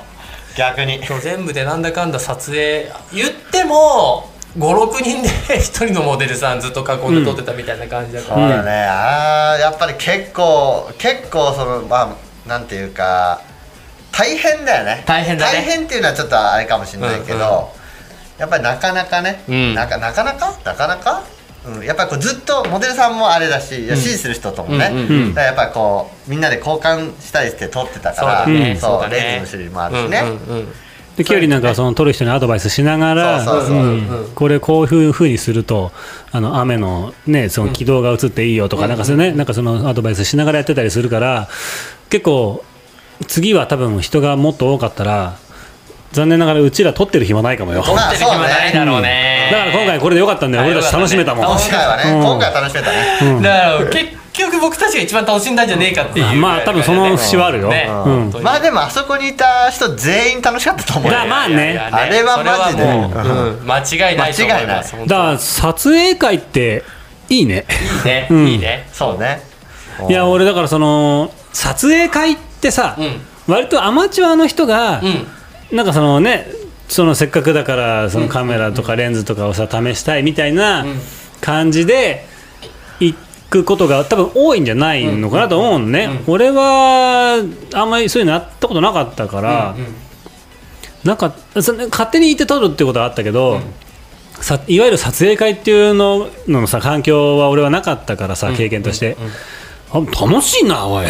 S3: 逆に
S2: うそう全部でなんだかんだ撮影言っても56人で 一人のモデルさんずっと囲んで撮ってたみたいな感じだか
S3: そう
S2: ら、
S3: だね、あーやっぱり結構結構そのまあなんていうか大変だよね
S2: 大変だね
S3: 大変っていうのはちょっとあれかもしれないけ
S2: う
S3: ど、
S2: んうん
S3: やっぱりなかなかね、
S2: うん
S3: なかなかなかなかなか、うん、やっぱりこうずっとモデルさんもあれだし、いや支持する人ともね、
S2: うんうん
S4: うん
S3: だからやっぱりこうみんなで交換したりして撮ってたから
S2: そうだね
S3: そう
S2: そうだね
S3: レンズの種類もあるしね、
S2: うんうんうん
S4: でキュウリなんかはその取る人にアドバイスしなが
S3: そうそう
S4: ら
S3: そう
S4: うんこれこういうふうにするとあの雨の,、ね、その軌道が移っていいよとか,、なんかそのね、なんかそのアドバイスしながらやってたりするから結構次は多分人がもっと多かったら残念ながらうちら取ってる暇ないかもよ。
S3: ま
S2: 撮っ
S3: あ
S2: てる暇ないだろう
S4: だ
S2: ね、
S4: から今回これでよかったんだよ
S2: あ
S4: 俺たち楽しめたもん
S2: よかっ
S3: 今回はね、
S4: うん
S3: 今回は楽しめたね、
S4: うん
S2: だから結局僕たちが一番楽しんだんじゃねえかっていう、
S4: まあ多分その節はあるよ
S2: ね
S4: うん
S2: 本当に
S3: まあでもあそこにいた人全員楽しかったと思うよ
S4: だまあね
S2: いやいやいや
S3: あれはマジで
S2: それはもううん間違いないと思います
S4: だから撮影会っていいね
S2: 本当にいいね、
S4: うん
S2: いいね
S3: そうね
S4: いや俺だからその撮影会ってさ、
S2: うん
S4: 割とアマチュアの人が、
S2: うん
S4: なんかそのねそのせっかくだからそのカメラとかレンズとかをさ試したいみたいな
S2: うん
S4: 感じで行くことが多分多いんじゃないのかなと思うのね、俺はあんまりそういうのやったことなかったから、
S2: うんうん
S4: なんかその勝手に行って撮るってことはあったけど、さいわゆる撮影会っていうののさ環境は俺はなかったからさ、経験として、あ楽しいなおい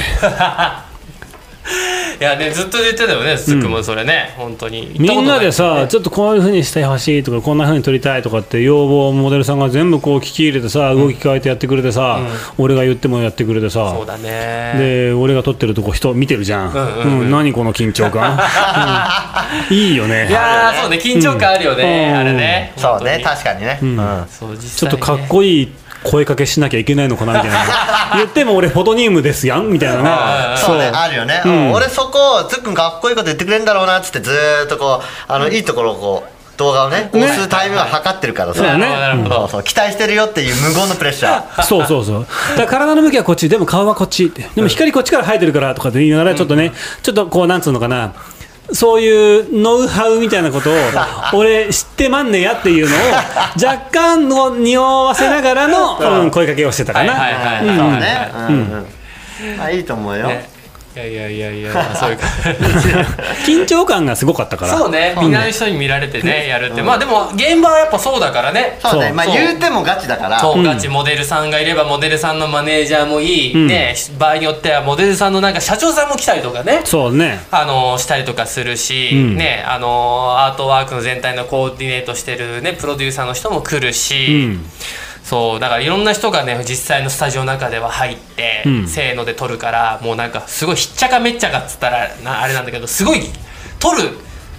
S2: いやねずっと言ってたよねすっくんもそれね、本当に
S4: みんなでさちょっとこういうふうにしてほしいとかこんなふうに撮りたいとかって要望をモデルさんが全部こう聞き入れてさ動き変えてやってくれてさ、俺が言ってもやってくれてさ、
S2: そうだね
S4: で俺が撮ってるとこ人見てるじゃん、
S2: んうんうん
S4: うん何この緊 張感、うんいいよね
S2: いやーそうね緊張感あるよね、
S4: うん
S2: あれね
S3: そうね
S2: 本
S3: 確かにね、
S4: ん
S3: うん
S2: 当にそう実際
S4: ちょっ
S2: ね
S4: とかっこいい声かけしなきゃいけないのかなみたい な言っても俺フォトニウムですやんみたいなね
S3: そうね、あるよね、
S4: ん
S3: 俺そこつっくんかっこいいこと言ってくれるんだろうなっつってずーっとこうあのいいところをこう動画をね押すタイムが測ってるからさ、
S4: そうだね
S2: なるほどなるほど
S3: そうそう期待してるよっていう無言のプレッシャー
S4: そうそうそうだから体の向きはこっちでも顔はこっちってでも光こっちから生えてるからとかって言いながらちょっとねちょっとこうなんつうのかなそういうノウハウみたいなことを俺知ってまんねやっ ていうのを若干の匂わせながらの、うん、声かけをしてたか
S2: はい
S4: な、
S2: はいはい
S3: そ
S2: は
S3: う
S2: い、はい
S3: ね、うんうんまあいいと思うよ、
S2: ねいやいやいやい やそういう感じ
S4: 緊張感がすごかったか ら
S2: そうねみんなの人に見られてねやるって、まあでも現場はやっぱそうだからね
S3: そうね
S4: そう
S3: まあ
S2: そう
S3: 言うてもガチだから
S2: そうガチモデルさんがいればモデルさんのマネージャーもいい、
S4: ん
S2: ね場合によってはモデルさんのなんか社長さんも来たりとかね
S4: そうね
S2: あのしたりとかするし、
S4: ん
S2: ねあのアートワークの全体のコーディネートしてる、ね、プロデューサーの人も来る
S4: う
S2: し、
S4: ん
S2: そうだからいろんな人がね実際のスタジオの中では入って、
S4: うん
S2: せーので撮るからもうなんかすごいひっちゃかめっちゃかっつったらなあれなんだけどすごい撮る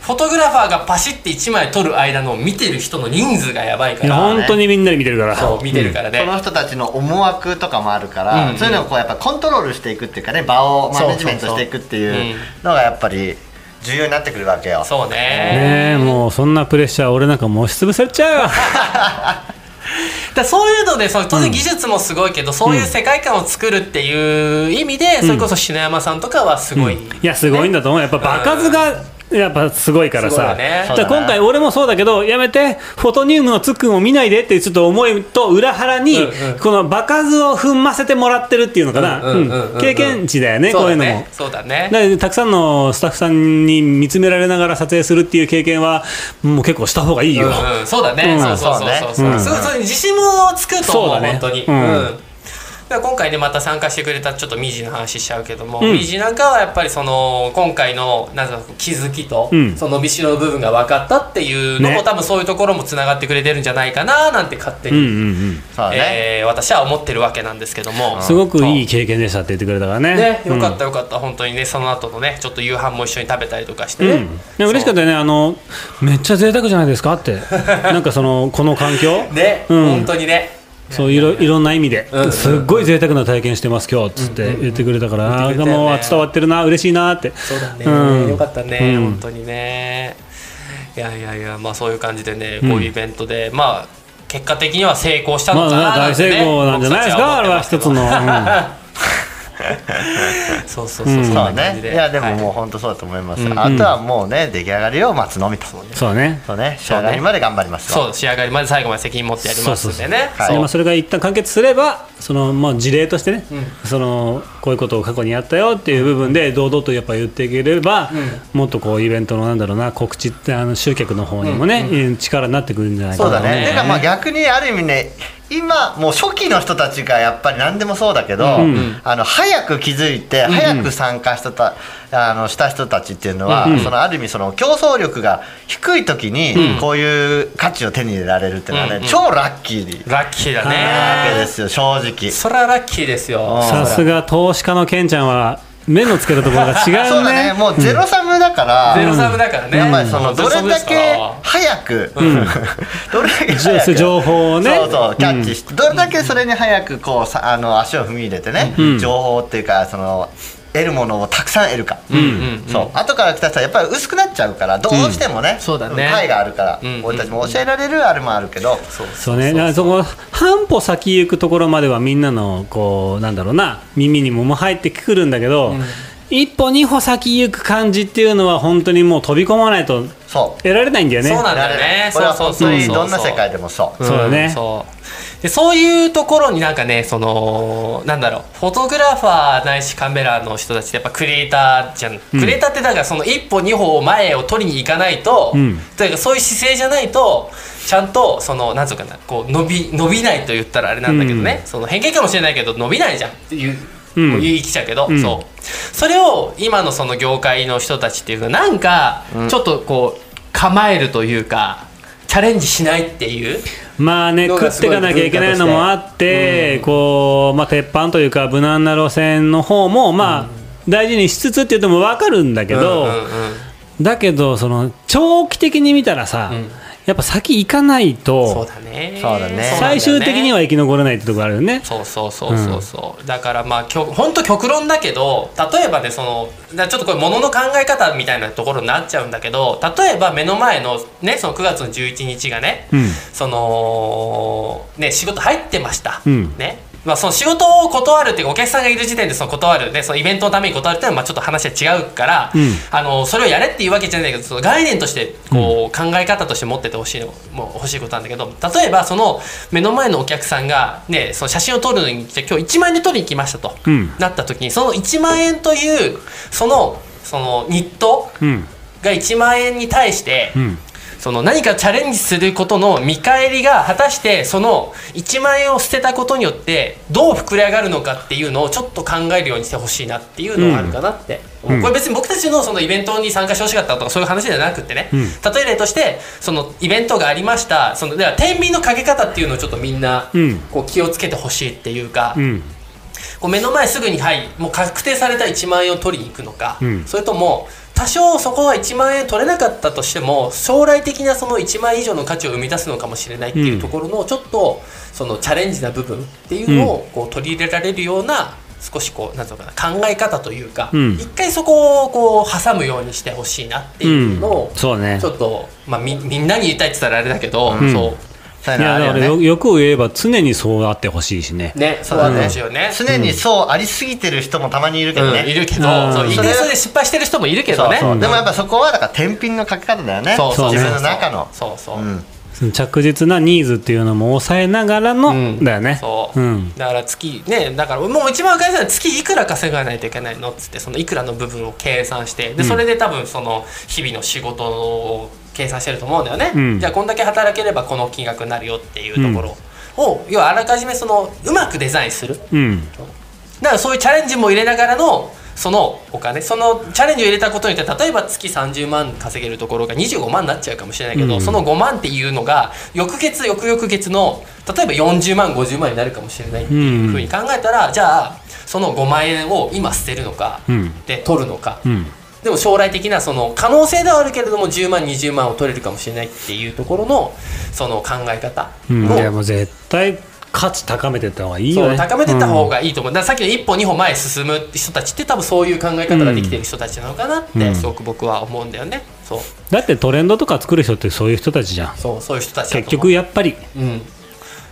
S2: フォトグラファーがパシッて1枚撮る間の見てる人の人数がやばいか
S4: いや
S2: ら、
S4: 本当にみんなで見てるから
S2: そう見てるからね、
S3: その人たちの思惑とかもあるから、
S2: うん
S3: そういうのをこうやっぱコントロールしていくっていうかね場をマネジメントしていくっていうのがやっぱり重要になってくるわけよ
S2: そうね
S4: ねえもうそんなプレッシャー俺なんかもう押しつぶされちゃう
S2: だからそういうのでその当然技術もすごいけど、そういう世界観を作るっていう意味で、それこそ篠山さんとかはすごい、
S4: いやすごいんだと思うやっぱ場数がやっぱすごいから
S2: すごい
S4: さ、
S2: よね
S4: だから今回俺もそうだけどやめてフォトニウムのつっくんを見ないでっていうちょっと思いと裏腹に、
S2: うんうん
S4: この場数を踏ませてもらってるっていうのかな
S2: うんうんうんうん
S4: うん経験値だよねこ
S2: そう
S4: いう
S2: だ
S4: の
S2: ね
S4: も。
S2: そうだね
S4: だからたくさんのスタッフさんに見つめられながら撮影するっていう経験はもう結構した方がいいよ、
S2: うんうん、そうだね、
S4: うん
S2: そうそうそうそうそう、
S4: うん
S2: すごいそういう自信もつくと思う
S4: そうだね
S2: 本当に、
S4: う
S2: うんんだから今回ねまた参加してくれたちょっとミジの話しちゃうけども、
S4: ん
S2: ミジなんかはやっぱりその今回のなんか気づきと、
S4: うん
S2: その伸びしろの部分が分かったっていうのも、
S4: ね
S2: 多分そういうところもつながってくれてるんじゃないかななんて勝手
S4: う
S2: に、
S4: んうんうん、
S3: そうね、
S2: えー私は思ってるわけなんですけども
S4: すごくいい経験でしたって言ってくれたからね
S2: ね、よ
S4: うん
S2: かったよかった、本当にねその後のねちょっと夕飯も一緒に食べたりとかしてね、
S4: うん、で嬉しかったよねあのめっちゃ贅沢じゃないですかって なんかそのこの環境
S2: ね、
S4: うん
S2: 本当にね
S4: そういろいろんな意味で、
S2: うん
S4: すっごい贅沢な体験してます今日っつって言ってくれたから、
S2: 言ってくれたよね
S4: あーもう伝わってるな嬉しいなって
S2: そうだね、
S4: うん
S2: よかったね、
S4: うん
S2: 本当にねいやいやいやまあそういう感じでねこういうイベントで、まあ結果的には成功した
S4: ま
S2: の
S4: あ
S2: かな
S4: 大
S2: んてね
S4: 成功なんじゃないですかあれは
S2: 僕
S4: 一
S2: たち
S4: つの、
S2: 思って
S4: うん
S2: ますけどそうそうそう、
S4: う
S2: そ
S4: ん
S2: ん
S3: そう
S2: な感じ
S3: ね
S2: で
S3: いやでも
S2: はい
S3: もう本当そうだと思います、あとはもうね出来上がりを待つのみとそうね
S4: そうだね
S3: 仕上がりまで頑張ります
S2: そう仕上がりまで最後まで責任持ってやりますんでね
S3: そうそうそう
S4: で
S2: そ
S4: ま
S2: う
S4: あ、それが一旦完結すればその、まあ、事例としてね、そのこういうことを過去にやったよっていう部分で堂々とやっぱ言っていければ、もっとこうイベントのなんだろうな告知ってあの集客の方にもね、力になってくるんじゃないか
S3: そうだ
S4: なと思う
S3: ね。てかまあ逆にある意味ね今もう初期の人たちがやっぱり何でもそうだけど、
S4: ん
S3: あの早く気づいて早く参加したた、あのした人たちっていうのは、そのある意味その競争力が低い時にこういう価値を手に入れられるっていうのはね、
S2: うんうん
S3: 超ラッキーな
S2: ラッキーだ
S3: わけで
S2: ね
S3: すよ正直。
S2: それはラッキーですよ
S3: うん
S4: さすが投資家のケンちゃんは目のつけるところが違う ね
S3: そうだねもうゼロサムだから、
S2: ゼロサムだからね
S3: やっぱりそのどれだけ
S2: う
S3: 早く、 どれだけ早
S4: そう
S3: く
S4: 情報をね
S3: そうそうキャッチして、どれだけそれに早くこうさあの足を踏み入れてね、
S4: ん
S3: 情報っていうかその得るものをたくさん得るか、
S2: んうん
S3: そう後から来た人はやっぱり薄くなっちゃうからどうしてもね,、
S2: んそうだね
S3: パイがあるから、
S2: うん
S3: 俺たちも教えられるあれもあるけど、
S2: そう
S4: そうね、だからそこ半歩先行くところまではみんなのこうなんだろうな耳にもも入ってくるんだけど、一歩二歩先行く感じっていうのは本当にもう飛び込まないと
S3: そう
S4: 得られないんだよね。
S2: そうなん
S3: 得ら
S2: だよ
S3: れ
S2: ね
S3: るこれは
S2: そう
S3: 本
S2: そう
S3: 当
S2: そう
S3: に
S2: そう
S3: どんな世界でもそう、
S4: そうだね
S2: んそうでそういうところになんかねそのなんだろうフォトグラファーないしカメラの人たちってやっぱクリエイターじゃん、クリエイターってなんかその一歩二歩前を取りに行かないと、
S4: うん
S2: というかそういう姿勢じゃないとちゃんとそのなんつうかなこう伸び伸びないと言ったらあれなんだけどね、その偏見かもしれないけど伸びないじゃんっていう。
S4: うん
S2: こう言いきちゃうけど、
S4: うん
S2: そうそれを今のその業界の人たちっていうのはなんかちょっとこう構えるというかチャレンジしないっていう
S4: まあね
S2: の
S4: 食
S2: が
S4: っていかなきゃいけないのもあっ
S2: すごい文化として
S4: て、
S2: うん
S4: こうまあ、鉄板というか無難な路線の方もまあ、大事にしつつっていうのも分かるんだけど、
S2: うんうんうん
S4: だけどその長期的に見たらさ、
S2: うん
S4: やっぱ先行かない
S2: そう
S4: と
S2: だね
S3: そうだね
S4: 最終的
S2: そうなん
S4: には
S2: だよね
S4: 生き残れないってところあるよね。
S2: そうそうそうそうそう、だからまあきょほんと極論だけど例えばねそのだちょっとこれものの考え方みたいなところになっちゃうんだけど例えば目の前のねその9月の11日がね、
S4: うん
S2: そのね仕事入ってました、
S4: うん
S2: ねまあ、その仕事を断るっていうかお客さんがいる時点でその断る、ね、そのイベントのために断るっていうのはまあちょっと話は違うから、
S4: うん
S2: あのそれをやれっていうわけじゃないけどその概念としてこう、考え方として持っててほしいのもう欲しいことなんだけど例えばその目の前のお客さんが、ね、その写真を撮るのにじゃあ今日1万円で撮りに来ましたと、
S4: うん
S2: なった時にその1万円というそのそのニット
S4: うん
S2: が1万円に対して、
S4: うん
S2: その何かチャレンジすることの見返りが果たしてその1万円を捨てたことによってどう膨れ上がるのかっていうのをちょっと考えるようにしてほしいなっていうのはあるかなって、
S4: ん
S2: これ別に僕たちのそのイベントに参加してほしかったとかそういう話じゃなくってね、
S4: ん
S2: 例え例としてそのイベントがありましたそのでは天秤のかけ方っていうのをちょっとみんな
S4: うん
S2: こう気をつけてほしいっていうか、
S4: うん
S2: こう目の前すぐに、はい、もう確定された1万円を取りに行くのか、
S4: うん
S2: それとも多少そこは1万円取れなかったとしても将来的なその1万円以上の価値を生み出すのかもしれないっていうところのちょっとそのチャレンジな部分っていうのをこう取り入れられるような少しこうなんていうのかな考え方というか、
S4: うん
S2: 一回そこをこう挟むようにしてほしいなっていうのを、
S4: うんそうね
S2: ちょっと、まあ、みみんなに言いたいって言ったらあれだけど、
S4: ん
S2: そ
S3: そういう
S4: い
S3: の
S4: や
S3: ある
S4: だ
S3: よね
S4: からよ欲を言えば常にそうあってほしいしね
S2: うねそう
S3: そうだ
S2: なん
S3: ね
S2: ですよね。
S3: 常にそうありすぎてる人もたまにいるけどね、
S2: うん、いるけど、
S4: うん
S2: そう一定数で失敗してる人もいるけどね
S3: そうそう
S4: うん
S3: でもやっぱそこはだから天秤のかけ方だよね
S2: そうそう
S4: そう
S3: 自分の中の
S2: そうそう、
S3: うん
S4: その着実なニーズっていうのも抑えながらの、
S2: うん
S4: だよね
S2: そう、
S4: ん、
S2: だから月ねだからもう一番分かりやすいのは月いくら稼がないといけないのっつってそのいくらの部分を計算してでそれで多分その日々の仕事を計算してると思うんだよね、
S4: うん
S2: じゃあこんだけ働ければこの金額になるよっていうところを、要はあらかじめそのうまくデザインする
S4: うん、
S2: だからそういうチャレンジも入れながらのそのお金そのチャレンジを入れたことによって例えば月30万稼げるところが25万になっちゃうかもしれないけど、
S4: うん
S2: その5万っていうのが翌月翌々月の例えば40万50万になるかもしれないっていうふうに考えたら、じゃあその5万円を今捨てるのか、
S4: うん
S2: で取るのか、
S4: うん、
S2: でも将来的なその可能性ではあるけれども10万20万を取れるかもしれないっていうところのその考え方
S4: う
S2: を、
S4: ん、いやもう絶対価値高めてった方がいいよ
S2: そう
S4: ね
S2: 高めてった方がいいと思う、だからさっきの一歩二歩前進む人たちって多分そういう考え方ができてる人たちなのかなっ
S4: う
S2: て
S4: ん
S2: すごく僕は思うんだよね、そう
S4: うんだってトレンドとか作る人ってそういう人たちじゃん
S2: そうそういう人たちだ
S4: 結
S2: と思
S4: 局やっぱり
S2: う、うん、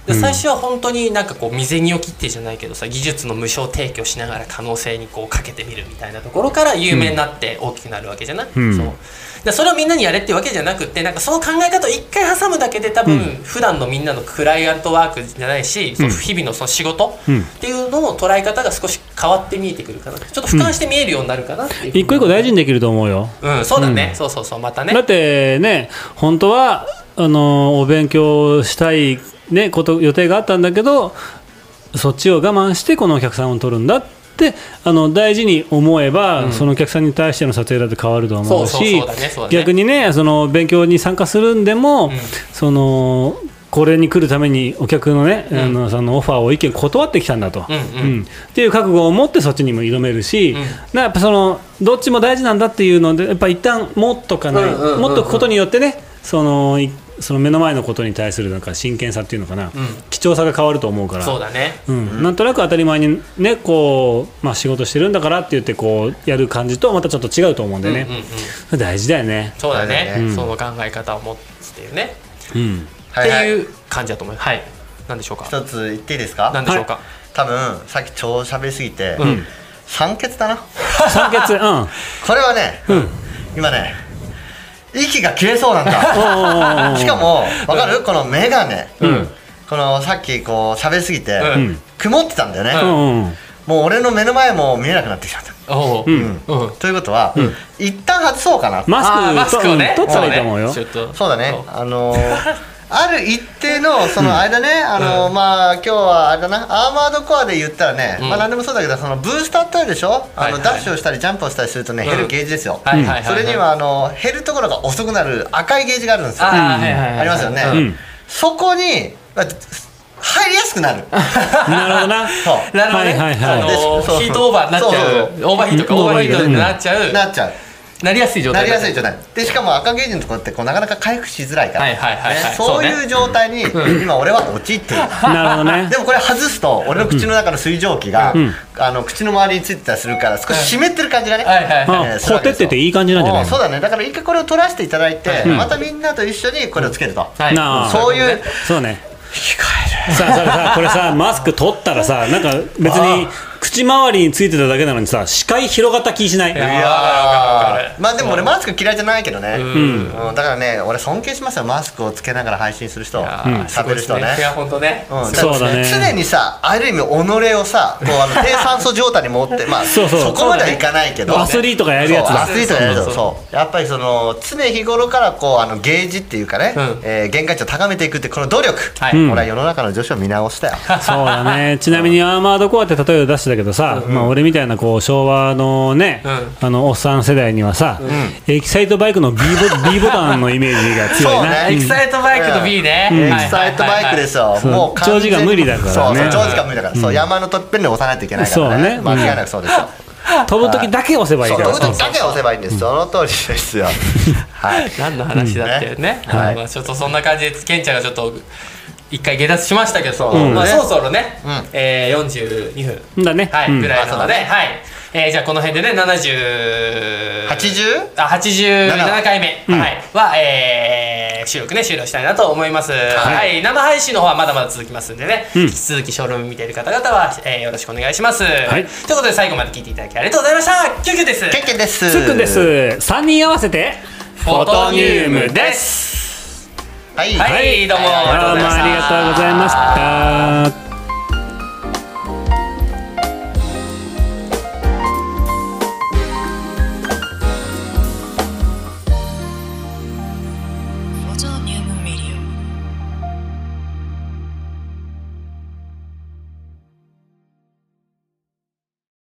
S2: で最初は本当になんかこう未然にを切ってじゃないけどさ技術の無償提供しながら可能性にこうかけてみるみたいなところから有名になって大きくなるわけじゃない、
S4: うん
S2: そうでそれをみんなにやれっていうわけじゃなくってなんかその考え方を一回挟むだけで多分普段のみんなのクライアントワークじゃないし、その日々のその仕事
S4: うん
S2: っていうのの捉え方が少し変わって見えてくるかなちょっと俯瞰して見えるようになるかなっていう、
S4: 一個一個大事にできると思うよ
S2: うんそうだね、そうそうそうまたね
S4: だってね本当はあのお勉強したいね、こと予定があったんだけどそっちを我慢してこのお客さんを取るんだってあの大事に思えば、そのお客さんに対しての撮影だって変わると思う
S2: そうそう
S4: し
S2: そうだねそうだね
S4: 逆にねその勉強に参加するんでも、そのこれに来るためにお客のね、あのそのオファーを意見断ってきたんだと、
S2: うんうん
S4: っていう覚悟を持ってそっちにも挑めるし、
S2: ん
S4: なやっぱそのどっちも大事なんだっていうのでやっぱ一旦持っとかない、
S2: うんうんうんうん
S4: 持っとくことによってねそのいその目の前のことに対するなんか真剣さっていうのかな、貴重さが変わると思うから
S2: そうだね
S4: うん、なんとなく当たり前にねこう、まあ、仕事してるんだからって言ってこうやる感じとはまたちょっと違うと思うんでね、
S2: うんうんうん
S4: 大事だよね、
S2: そうだ
S3: だ
S2: ね
S3: ね
S2: その考え方を持つっていうね
S4: うん、
S2: っ
S3: は
S2: て
S3: いはい
S2: いう感じだと思いますはい何でしょうか
S3: 一つ言っていいです
S2: 何
S3: か
S2: でしょうか
S3: 多分さっき超喋りすぎて、
S2: ん
S3: 酸欠だな
S4: 酸欠うんおう
S3: これはね、今ね息が切れそうなん だ
S4: おうおうおう
S3: しかもわかるこの眼鏡、
S4: ん
S3: このさっきこう喋りすぎて、
S2: うん
S3: 曇ってたんだよね、
S4: うんうん
S3: もう俺の目の前も見えなくなってきたんだ
S2: おううんうん
S3: ということは、一旦外そうかな、
S4: マスク
S2: あーマスクをね
S4: とうん取ったらいいと思うよ、
S2: ちょっと
S3: そうだねあのーある一定のその間ね、あのーまあ今日はあれだなアーマードコアで言ったらね、
S2: うん
S3: まあ何でもそうだけどそのブースターってあるでしょ、
S2: はい
S3: あ
S2: は
S3: の
S2: い
S3: ダッシュをしたりジャンプをしたりするとね、
S2: うん
S3: 減るゲージですよ、
S2: はいはいはいい
S3: それにはあのー減るところが遅くなる赤いゲージがあるんですよ
S2: あーはいはいはい
S3: ありますよね、
S4: うん
S3: そこにまあ入りやすくなる
S4: なるほどな
S3: そう
S2: なるほどね
S4: はいはいはい
S2: あのー
S3: そうそう
S2: ヒートオーバーになっちゃう
S3: そう
S2: オーバーヒートか
S4: うん
S2: オーバーヒートになっちゃう
S3: なっちゃう
S2: なりやすい状
S3: な
S2: 態
S3: りやすい
S2: 状
S3: 状態でしかも赤ゲージのところってこうなかなか回復しづらいから、
S2: はいはいはいはい
S3: ねそういう状態に今俺は陥ってる、
S4: なるほどね
S3: でもこれ外すと俺の口の中の水蒸気が、
S4: ん
S3: あの口の周りについてたりするから少し湿ってる感じがね、
S2: はいはいはい
S3: えー
S4: あ
S3: する
S4: ほ
S3: わけで
S4: てっ
S3: すよ
S4: てていい感じなんじゃない
S3: おうそうだねだから一回これを取らせていただいて、またみんなと一緒にこれをつけると、
S2: はい
S4: なあ
S3: そういう
S4: そうねさあさあさあこれさマスク取ったらさなんか別に口周りについてただけなのにさ視界広がった気しない
S3: い
S2: や
S3: や
S2: わかるわか
S3: ー
S2: る
S3: まあでも俺マスク嫌いじゃないけどね、うんんだからね俺尊敬しますよマスクをつけながら配信する人
S2: あーす
S3: さ
S2: ご
S3: れ
S2: い
S3: る
S2: です
S3: 人ね
S2: ねいや本当ね
S3: うん
S2: すごい
S4: そうだね
S3: 常にさある意味己をさこうあの低酸素状態に持ってまあ
S4: そうそう
S3: こまではいかないけど
S4: アスリートがやるやつだ
S3: そうアスリートがやるやつ
S2: そう
S3: そうやっぱりその常日頃からこうあのゲージっていうかね、
S2: うん
S3: えー限界値を高めていくってこの努力、
S2: はい
S3: 俺は世の中の女子を見直したよ、
S4: そうだねちなみにアーマードコアって例えを出してたけどさ、まあ、俺みたいなこう昭和のね、
S2: う
S4: あのおっさん世代にはさ、エキサイトバイクの B ボ B ボタンのイメージが強い
S3: そう
S4: な、
S3: ね
S2: エキサイトバイクと B ね
S3: エキサイトバイクですよ、
S4: う
S3: もう完全に
S4: 長時間無理だからね
S3: そうそう長時間無理だから、そう山のとっぺんで押さないといけないから
S4: そう
S3: ね
S4: ね
S3: 間違いなくそうですよ、
S4: 飛ぶ時だけ押せばいい
S3: そう
S4: か
S3: 飛
S4: ら
S3: ぶ時だけ押せばいいんです、その通りですよはい
S2: 何の話だってね、
S3: うんねはい
S2: まあ、ちょっとそんな感じでケンちゃんがちょっと一回下脱しましたけど、
S3: うん
S2: まあ、そろそろね、
S3: うん
S2: えー、42分、
S4: うんだね、
S2: はい
S4: うん
S2: ぐらいなので、はい、えーじゃあこの辺でね70
S3: 80?
S2: あ87回目、
S4: ん
S2: はい、は、えー収録ね終了したいなと思います、はい生配信の方はまだまだ続きますんでね、
S4: ん
S2: 引き続きショールーム見ている方々は、えーよろしくお願いします、
S4: い
S2: ということで最後まで聞いていただきありがとうございましたキュンキュンです
S3: ケンケンです
S4: つっくんです3人合わせて
S2: フォトニウムです
S3: はい、
S2: はい、どうも
S4: どうもありがとうございました